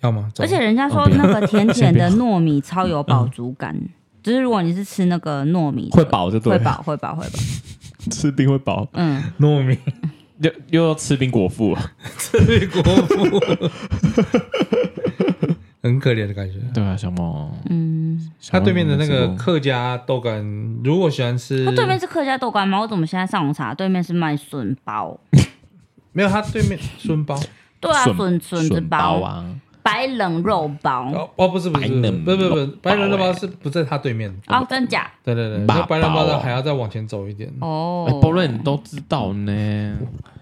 C: 要吗？走
B: 而且人家说
A: 嗯不要
B: 那 个甜甜的糯米超有饱足感，就是如果你是吃那个糯米的，
A: 会饱就对
B: 会
A: 了，
B: 饱，会饱，会饱。
A: 吃冰会饱。
B: 嗯，
C: 糯米
A: 又又要吃冰果腹啊？
C: 对国父，很可怜的感觉。
A: 对啊，小猫。嗯，
C: 它对面的那个客家豆干，如果喜欢吃，
B: 它对面是客家豆干吗？我怎么现在上网查，对面是卖笋包？
C: 没有，它对面孙包
B: 对啊，笋
A: 笋
B: 笋子
A: 包
B: 包、
A: 啊，
B: 白冷肉包
C: 哦哦，不是不
A: 白
C: 是，不是
A: 冷
C: 不是不是
A: 肉包
C: 白人肉
A: 欸
C: 包是不在他对面。
B: 哦，真假？
C: 对对对，
A: 爸
C: 那白人包
A: 包
C: 的
A: 哦
C: 还要再往前走一点。
B: 哦
A: 哎，包瑞你都知道呢，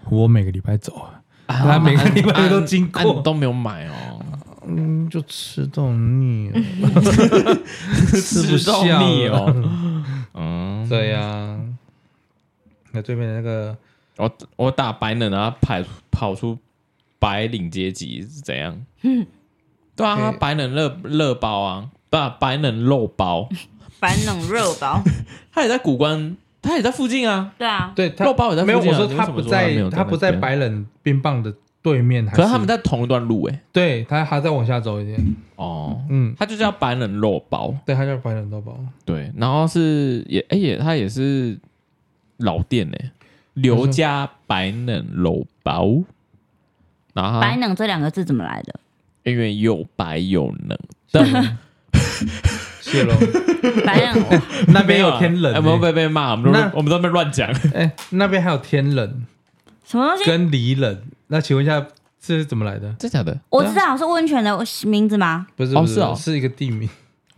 C: 我每个礼拜走，
A: 啊
C: 他每个礼拜都经
A: 啊你
C: 过，
A: 都没有买哦，
C: 嗯，就吃到腻了，吃不
A: 吃到
C: 下
A: 腻
C: 了。
A: 哦。嗯，
C: 对呀，那对面那个
A: 我我打白人，然后跑跑出白领阶级是怎样？对啊，
C: 对
A: 他白人热热包啊，不白人肉包，
B: 白冷肉包，
A: 他也在古关，他也在附近啊。
B: 对啊，
C: 对他
A: 肉包也在附
C: 没
A: 近
C: 有，
A: 啊
C: 我说
A: 你为
C: 他
A: 什么
C: 不
A: 说他没
C: 在
A: 有，在
C: 他
A: 那
C: 不在
A: 边
C: 白人冰棒的对面，还
A: 可是他们
C: 在
A: 在同一段路哎、
C: 对他还在往下走一点。
A: 哦，
C: 嗯，
A: 他就叫白人肉包，
C: 对，他叫白人豆包。
A: 对，然后是也哎、也他也是老店哎、刘家白人肉包，然后
B: 白
A: 他
B: 冷这两个字怎么来的？
A: 因为又白又冷，但
C: 谢喽，
B: 白冷
C: 那边有天冷
A: 哎我们
C: 欸，
A: 会被被骂，我们
C: 那
A: 都我们都被乱 讲，
C: 哎，那边还有天冷
B: 什么东西？
C: 跟离冷。那请问一下，这是怎么来的？
A: 真假的？
B: 我知道是温泉的名字吗？
C: 不是，
A: 哦
C: 不是
A: 是哦
C: 是一个地 名，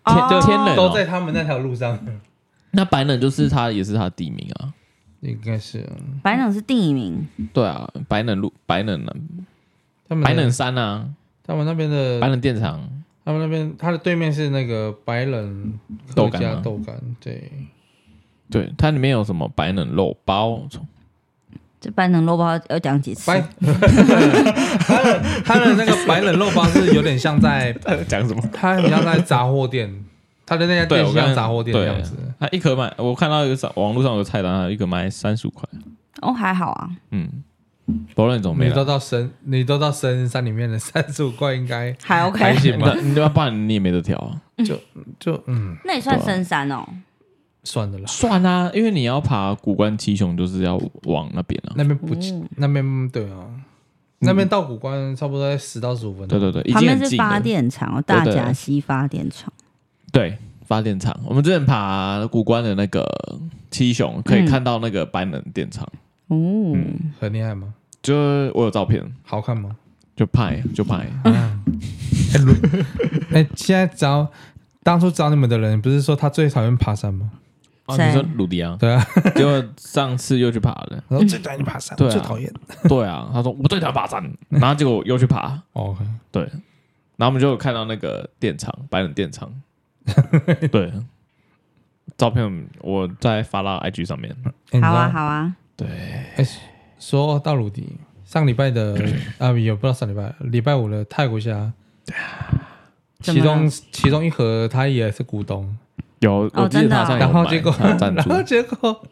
A: 天
B: 哦
A: 天冷
C: 都在他们那条路上。
A: 那白人就是他也是他的地名啊，
C: 应该是啊
A: 嗯
B: 白冷是地名，
A: 对啊，白人路白人啊，
C: 他们
A: 白人
C: 的
A: 山啊，
C: 他们那边的
A: 白人电厂，
C: 他们那边，他的对面是那个白人
A: 豆
C: 客家
A: 干吗
C: 豆干，对，
A: 对，它里面有什么白人肉包，
B: 这白冷肉包要讲几次
C: 白？，他的 他的那个白人肉包是有点像在，
A: 讲什么？
C: 他很像在杂货店，他的那家
A: 对，
C: 店
A: 我
C: 像
A: 刚
C: 杂货店
A: 对
C: 的样子。
A: 他一颗卖，我看到有个网络上有个菜单，它一颗卖三十五块。
B: 哦，还好啊，
A: 嗯，不论总没
C: 你都
A: 了，
C: 到深，你都到深山里面的三十五块，应该
B: 还
C: 还
B: OK，
C: 行吧？
A: 你要不然你也没得挑啊。
C: 就嗯，
B: 那也算深山哦。
C: 算了啦，
A: 算啊，因为你要爬古关七雄，就是要往那边啊。
C: 那边不
B: 嗯，
C: 那边对啊，那边到古关差不多在十到十五分
A: 对
C: 钟。
A: 对对，已
B: 旁
A: 经
B: 边
A: 很
B: 是
A: 近
B: 发
A: 了。
B: 电厂哦，大
A: 对对
B: 甲溪发电厂。
A: 对，发电厂。我们之前爬古关的那个七雄，可以
B: 嗯
A: 看到那个白能电厂，
B: 哦，
A: 嗯
C: 很厉害吗？
A: 就是我有照片，
C: 好看吗？
A: 就拍就拍。
C: 啊，哎、如 哎现在找当初找你们的人，不是说他最讨厌爬山吗？
A: 哦，
B: 谁
A: 你说鲁 迪啊？
C: 对啊，
A: 结果上次又去爬了。
C: 然后 最讨厌爬山，
A: 对啊
C: 最讨厌。
A: 对啊，他说我最讨厌爬山，然后结果又去爬。
C: 哦 OK，
A: 对，然后我们就有看到那个电厂，白人电 厂，对，照片我再发到 IG 上面。
C: 哎你知
B: 好啊，
C: 道
B: 好啊，
C: 说到鲁迪，上礼拜 的啊，也不知道上礼拜，礼拜五的泰国虾，
B: 怎
C: 其
B: 么了
C: 中其中一盒他也是股东，
A: 有，我记得
B: 真的
A: 他
B: 哦
A: 好像有
C: 然后
A: 买
C: 结果，
A: 他有赞
C: 然
A: 助
C: 后结果，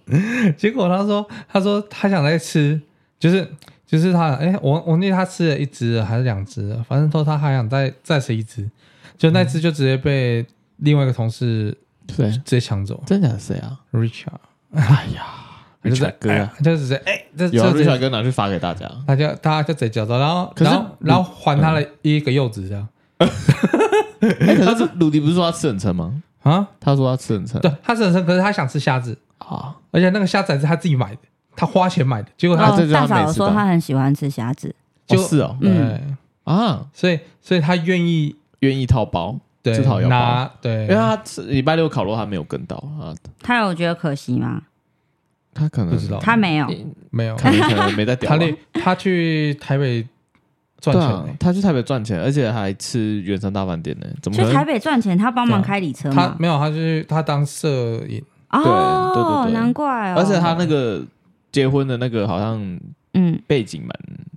C: 结果他说，他说他想再吃，就是就是他，哎、我我忘记他吃了一只还是两只了，反正说他还想再再吃一只，就那只就直接被另外一个同事
A: 谁？
C: 直接抢走
A: 真假的谁啊？
C: ，Richard，
A: 哎呀
C: 他就在
A: ，Richard 哥啊，
C: 哎就直接哎、这
A: 有啊
C: 这
A: Richard
C: 这，
A: 哥拿去发给大 家。
C: 他就他就直接叫走，然后
A: 可是嗯
C: 然后然后还他了一个柚子这样
A: 哎，可是鲁迪不是说他吃很撑吗？
C: 啊，
A: 他说他吃很撑
C: 对，他是很生，可是他想吃虾子，
A: 啊，
C: 而且那个虾子还是他自己买的，他花钱买的，结果他、
A: 啊这
B: 哦
A: 就，是他
B: 大嫂
A: 每次
B: 说
A: 的
B: 她很喜欢吃虾子，
A: 就
C: 就是
A: 哦
C: 对。
A: 啊，
C: 所以，所以他愿意
A: 愿意掏包，
C: 对，
A: 自讨腰包
C: 拿对，
A: 因为他吃礼拜六烤肉他没有跟到啊，
B: 她有觉得可惜吗？
A: 他可能
C: 不知道
B: 她没有，
A: 嗯
C: 没有
A: 可能可能没在屌
C: 他
A: 吧。
C: 那他去台北赚
A: 对
C: 钱、欸
A: 啊，他去台北赚钱，而且还吃原山大饭店呢，怎么
B: 去
A: 可能
B: 台北赚钱，她帮忙
C: 对啊
B: 开礼车
C: 他
B: 嘛。
C: 没有，他去他当摄影，
A: 对对对
B: 哦，
A: 对
B: 难怪哦。
A: 而且他那个结婚的那个好像
B: 嗯，
A: 背景蛮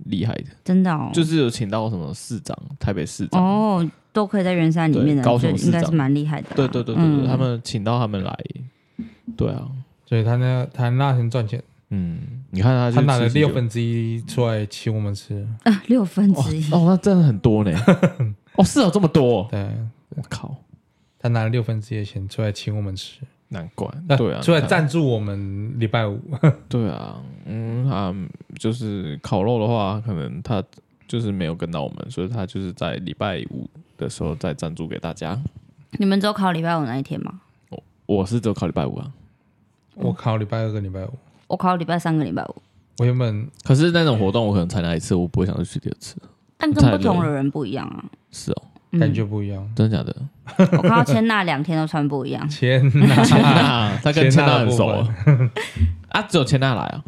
A: 厉害的，
B: 真的哦，
A: 就是有请到什么市长，台北市长，
B: 哦，都可以在圆山里面的，
A: 对高
B: 就
A: 雄市
B: 应该是
A: 长
B: 蛮厉害的啦。
A: 对对对对对，
B: 嗯
A: 他们请到他们来，对啊，
C: 所以他那他那天赚钱，
A: 嗯，你看他
C: 他
A: 去
C: 拿了
A: 吃
C: 六
A: 酒
C: 分之一出来请我们吃，
B: 啊六分
A: 哦
B: 之一，
A: 哦，那真的很多 呢，哦是有这么多，
C: 对
A: 我靠，
C: 他拿了六分之一的钱出来请我们吃，
A: 难怪
C: 那，
A: 对啊，
C: 出来
A: 你看
C: 赞助我们礼拜五，
A: 对啊，嗯啊，就是烤肉的话，可能他就是没有跟到我们，所以他就是在礼拜五的时候再赞助给大家。
B: 你们只有考礼拜五那一天吗？
A: 我是只有烤礼拜五啊，
C: 我考礼拜二跟礼拜五，
B: 我考礼拜三跟礼拜五，
C: 我原本
A: 可是那种活动我可能参加一次，我不会想去第二次。
B: 但跟不同的人不一样啊。
A: 是哦，
B: 嗯
C: 感觉不一样。，
A: 真的 假的？
B: 我看到千娜两天都穿不一样
C: 天
A: 钱
C: 哪，
A: 娜，他跟钱娜很熟啊。 啊，只有钱娜来啊？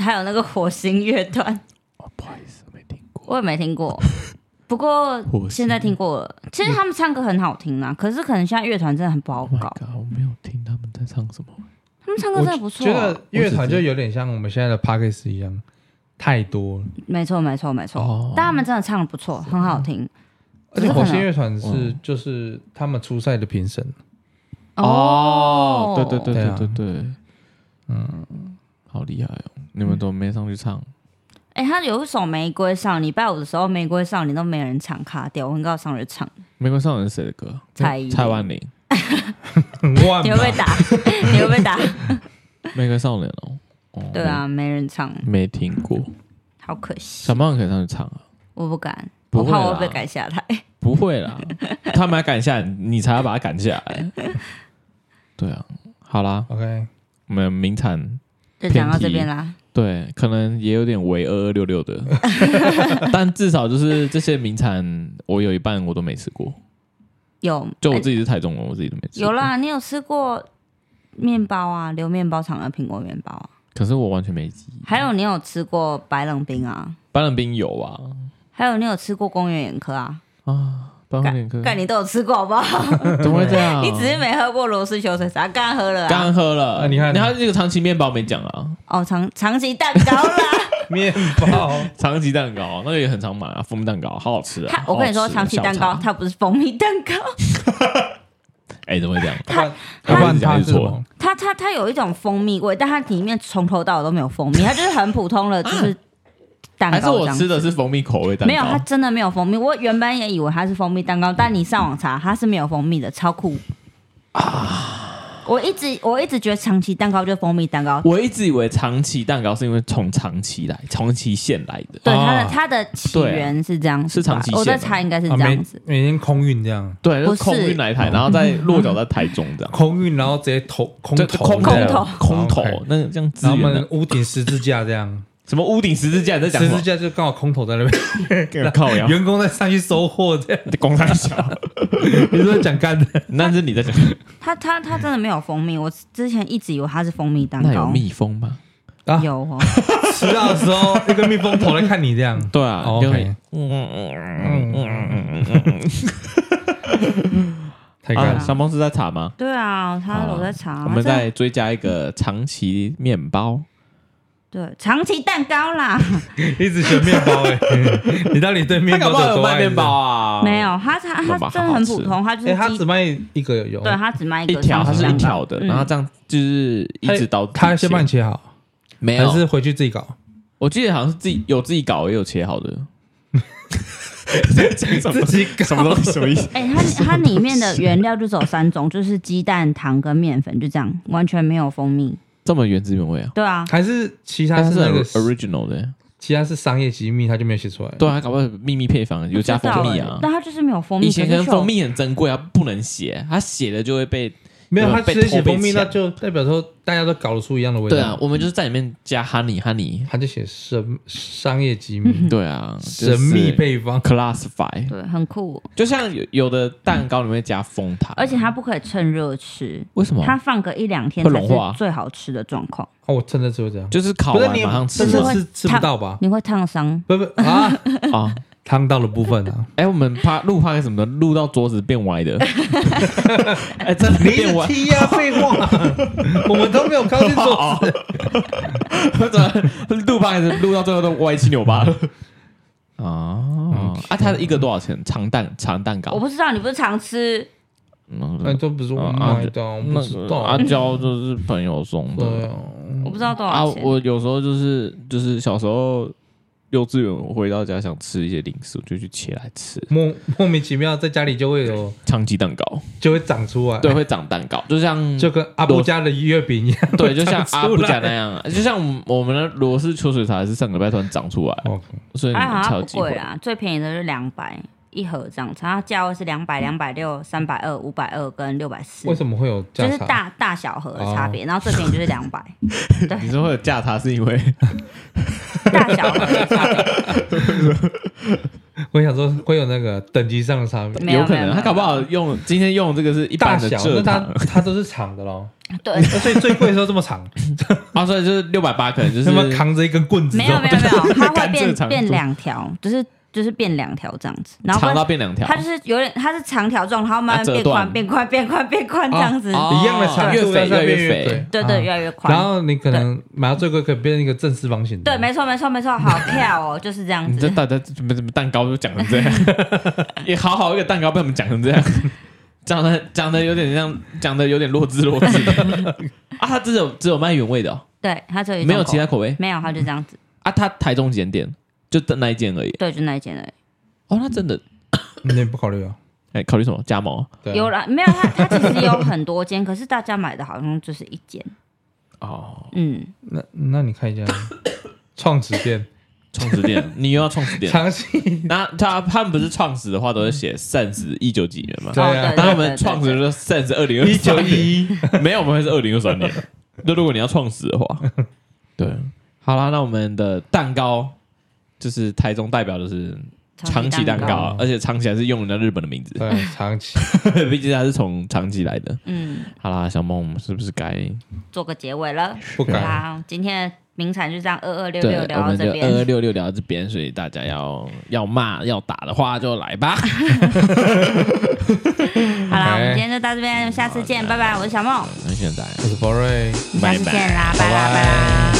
B: 还有那个火星乐团，
A: 哦，不好意思，没听过。
B: 我也没 听过。不过
A: 火星
B: 现在听过了，其实他们唱歌很好听啊，可是可能现在乐团真的很不好
A: Oh my
B: 搞。
A: god，我没有听他们在唱什么。
B: 他们唱歌
C: 我
B: 真的不错
C: 觉
B: 啊、
C: 得乐团就有点像我们现在的 p o c k e t 一样，太多了。
B: 没错没错没错，
A: 哦
B: 但他们真的唱的不错，很好听。
C: 而且火星乐团
A: 可是
C: 是就是他们初赛的评审，
B: 哦
A: 哦对对对
C: 对
A: 对
C: 啊
A: 对对，嗯，好厉害哦！你们都没上去唱，
B: 哎、他有一首《玫瑰少女》，礼拜五的时候，《玫瑰少女》都没人唱卡掉，我很高上去唱，
A: 玫瑰少年是谁的歌？
B: 蔡依林
A: 蔡万林，
C: 很万
B: 你会 被打，你会被打。
A: 啊玫瑰少年哦。哦
B: 对，啊，没人唱，
A: 没听过，
B: 好可惜
A: 想，办法可以上去唱啊。
B: 我不敢，
A: 不
B: 我
A: 会
B: 怕我
A: 啦
B: 被赶下台。
A: 不会啦，他们要赶下你，你才要把他赶下 来。对啊，好啦，
C: OK，
A: 我们名产
B: 就讲到这边啦，
A: 对，可能也有点为二二六六 的，但至少就是这些名产，我有一半我都没吃过。
B: 有
A: 就我
B: 哎
A: 自己是台中人，我自己都没吃。
B: 有，啦，你有吃过面包啊，流面包厂的苹果面包啊，
A: 可是我完全没记忆。
B: 还有你有吃过白冷冰啊，
A: 班冷冰有啊
B: 还有你有吃过公园眼科啊，
A: 啊，班冷冰
B: 干你都有吃过好不好？
A: 怎么会这样？
B: 你只是啊没喝过罗氏秋水茶，刚喝了
A: 嗯刚
B: 啊，
A: 喝了，
C: 啊你看
A: 你看这个长崎面包没讲啊，
B: 哦，长长崎蛋糕啦。
C: 面 包
A: 长崎蛋糕那个也很常买啊，蜂蜜蛋糕好好吃啊
B: 它。我跟你
A: 好
B: 说，
A: 好吃
B: 长崎蛋
A: 小
B: 糕
A: 肠
B: 它不是蜂蜜蛋糕，
A: 哎、怎么会这样？
C: 要不然
A: 他
C: 他
A: 是
C: 是什么？
B: 它它它有一种蜂蜜味，但它里面从头到尾都没有蜂蜜，它就是很普通的，就是蛋
A: 啊还是
B: 糕这
A: 我
B: 样
A: 吃。的是蜂蜜口味蛋糕？嗯
B: 没有，它真的没有蜂蜜。我原本也以为它是蜂蜜蛋糕，但你上网查，它是没有蜂蜜的，超酷啊！我一直我一直觉得长崎蛋糕就是蜂蜜蛋糕，
A: 我一直以为长崎蛋糕是因为从长崎来，从崎县来的。
B: 对
C: 啊
B: 它的它的起源是这样子
A: 是
B: 吧，
A: 长崎
B: 我在
A: 县吗
B: 猜应该是
C: 啊
B: 这
C: 每
B: 样子。
C: 每天空运这样，
A: 对，
B: 不
A: 就是空运来台，然后再落脚在台中这样。
C: 空运然后直接投空
A: 这
C: 投
A: 空
C: 这样
A: 投，啊空投
C: OK，
A: 那个这样资
C: 然后我
A: 源
C: 们
A: 的
C: 屋顶十字架这样，
A: 什么屋顶十字架你在讲
C: 十
A: 什
C: 字
A: 么？
C: 架就刚好空投在那边，
A: 靠呀，
C: 员工在上去收货 这样。
A: 工商小，
C: 你是在讲干的？
A: 那是你在讲。
B: 它它它真的没有蜂蜜，我之前一直以为它是蜂蜜蛋
A: 那有
B: 糕，
A: 蜜蜂吗？
C: 啊
B: 有哦。
C: 迟到的时候，一个蜜蜂头在看你这样。
A: 对啊
C: 哦
A: 就
C: OK
A: 嗯
C: 太干
A: 啊，
C: 了。
A: 小梦是在查吗？
B: 对啊，他
A: 好啦
B: 我在查，
A: 我们
B: 他真的
A: 再追加一个长崎面包，
B: 对长崎蛋糕啦，
C: 一直选面包哎、欸，你到底对面包有多爱？
A: 啊
B: 没，有，他他
A: 那
B: 他
A: 么
B: 真的很普
A: 好
B: 通，他就
C: 哎、欸，他
B: 是
C: 只
B: 鸡，
C: 卖一个有，
B: 对他只卖
A: 一
B: 个
A: 条它
B: 长
A: 是
B: 崎
A: 一
B: 蛋糕，
A: 条的，
B: 嗯
A: 然后这样就是一直到
C: 他先帮你
A: 半
C: 切好，
A: 没
C: 还
A: 有，
C: 是回去自己搞？
A: 我记得好像是自己有自己搞，也有切好 的。在讲什么
C: 自己搞
A: 什么东西？什么意 思？
B: 哎，它它里面的原料就只有三种，就是鸡蛋、糖跟面粉，就这样，完全没有蜂蜜。
A: 这么原汁原味啊？
B: 对啊，
C: 还是其他
A: 但它
C: 是
A: 是
C: 那
A: 很
C: 个，
A: original 的欸，
C: 其他是商业机密，他就没有写出来。
A: 对啊，搞不好秘密配方有加
B: 不知道
A: 蜂蜜
B: 欸
A: 啊。
B: 但它就是没有蜂蜜，
A: 以前
B: 可
A: 可
B: 是
A: 能
B: 就有
A: 蜂，蜜很珍贵啊，不能写，它写了就会被。
C: 没有，
A: 有
C: 他
A: 被
C: 直接写
A: 偷被
C: 蜂蜜，
A: 抢
C: 那就代表说大家都搞得出一样的味道。
A: 对啊，，我们就是在里面加 honey honey。
C: 他就写商商业机密、
B: 嗯
A: 对啊，就是
C: 神秘配方。
A: classify，
B: 对，很酷，
A: 就像有有的蛋糕里面加蜂糖，
B: 而且它不可以趁热吃，
A: 为什么？
B: 它放个一两天
A: 哦会
B: 才
A: 融化
B: 是最好吃的状况，
C: 哦，我真的只会这样，
A: 就是烤
C: 不是
A: 完
C: 你
A: 马上吃
C: 真
B: 就是
C: 的
A: 吗
B: 会
C: 是吃不到吧？
B: 你会烫伤。
C: 不不啊，
A: 啊！
C: 汤到的部分啊，
A: 哎，我们趴录趴什么的，录到桌子变 歪的，哎，真的
C: 你 一
A: 变
C: 直
A: 歪，
C: 踢呀、废话， 我们都没有靠 近
A: 啊
C: 桌子。
A: 真哦的录趴开始录到最后都歪七扭 八了。哦，啊，它的一个多少钱？长蛋长蛋
B: 我
A: 糕，
B: 不知道，你不是常吃？
C: 那
A: 嗯，
C: 哎都不是我
A: 啊
C: 买的，哎我不
A: 那
C: 知
A: 个啊
C: 道。
A: 阿娇就是朋友送的，
C: 对啊，
B: 我不知道多
A: 啊，
B: 少钱。
A: 我有时候就是就是小时候幼稚园我回到家想吃一些零食，我就去切来吃，
C: 莫莫名其妙在家里就会有，
A: 长崎蛋糕，
C: 就会长出来。
A: 对，，会长蛋糕，就像
C: 就跟阿布家的月饼一样。
A: 嗯 对，就 像阿布
C: 长出来
A: 讲那样啊，就像我们我们的罗氏秋水茶是上个礼拜突然长出来，
C: 哦，
A: 所以你
B: 哎，
A: 们
B: 好
A: 才
B: 像
A: 有
B: 不
A: 机会
B: 贵。啦，最便宜的是两百一盒这样子，它价位是两百、两百六、三百二、五百二跟六百四
C: 为，什么会有
B: 就
C: 价
B: 是
C: 差？哦
B: 大大小盒的差别。然后最便宜就是两百，
A: 你说会有价差是因为
B: 大小盒的差别。
C: 我想说会有那个等级上的差别，
B: 没有
A: 有可
B: 没有
A: 能啊
B: 没
A: 他
B: 有
A: 搞不好用今天用这个是一
C: 大
A: 般的
C: 小
A: 蔗
C: 那它
A: 糖，
C: 它都是长的喽，
B: 对，
C: 所以最贵的时候这么长，
A: 啊，所以就是六百八可 能就是
C: 那么扛着一根棍子，
B: 没有没有没 有，它会
A: 甘蔗
B: 变
A: 长
B: 变
A: 度
B: 两条，就是就是变两条这样子，然后
A: 长到
B: 会
A: 变两条
B: 它，就是有点它是长条状，然后
A: 啊
B: 慢慢
A: 折
B: 变宽
A: 断
B: 变宽变宽变宽这样子，
A: 哦嗯
C: 一样的长
A: 越
C: 度，
A: 肥
C: 但是它
A: 越
C: 变
A: 肥
C: 肥，
B: 对对，
C: 啊
B: 越来越宽。
C: 然后你可能买到最贵，可能变成一个正四方形的，
B: 对，没错没错没错，好跳哦，就是这样
A: 你这
B: 子。
A: 大家怎么怎么蛋糕都讲成这 样，也好好一个蛋糕被我们讲成这样，讲的讲的有点像，讲的有点弱智弱 智的啊，他只有只有卖原味的哦、
B: 对，它只有一
A: 没有
B: 种口
A: 其他口味
B: 没有，它就这样子。
A: 啊，他台中几间店就那一间而已。
B: 对，就那一间而已。
A: 哦，那真的
C: 你也不考虑啊？
A: 哎，考虑什么加盟
C: 对啊
B: 有了没有？它它其实有很多间，可是大家买的好像就是一间。
A: 哦，
B: 嗯，
C: 那那 你看一下创始店，
A: 创始 店，你又要创始店。
C: 长期
A: 那他他们不是创始的话都是写 sense 一九几年嘛？
C: 对啊
B: 哦对对
A: 那我
B: 对
A: 们
B: 对
A: 创始
B: 对
A: 就是 sense 二零二
C: 一九一一，
A: 没有，我们会是二零二三年。就如果你要创始的 话，对，好啦，那我们的蛋糕就是台中代表的是长崎蛋
C: 长崎
A: 糕
C: 蛋糕，
A: 而且长崎还是用人家日本的名字，
C: 对，长期
A: 毕竟它是从长崎来的。
B: 嗯，
A: 好啦，小梦，我们是不是该
B: 做个结尾了。
C: 不
A: 对
C: 敢。
B: 好，今天的名产就这样二二六
A: 对
B: 六，
A: 我
B: 聊到
A: 们就
B: 这
A: 二二
B: 边。
A: 六六聊到这边，所以大家要要骂要打的话就来吧。
B: 好啦，我们
C: OK
B: 今天就到这
A: 嗯
B: 边，下次见，拜拜。我是小梦，
A: 那现在。
C: 我是博瑞。
B: 我们
A: 啊拜
B: 下次
A: 拜
B: 见啦，拜
C: 拜
B: 啦拜啦。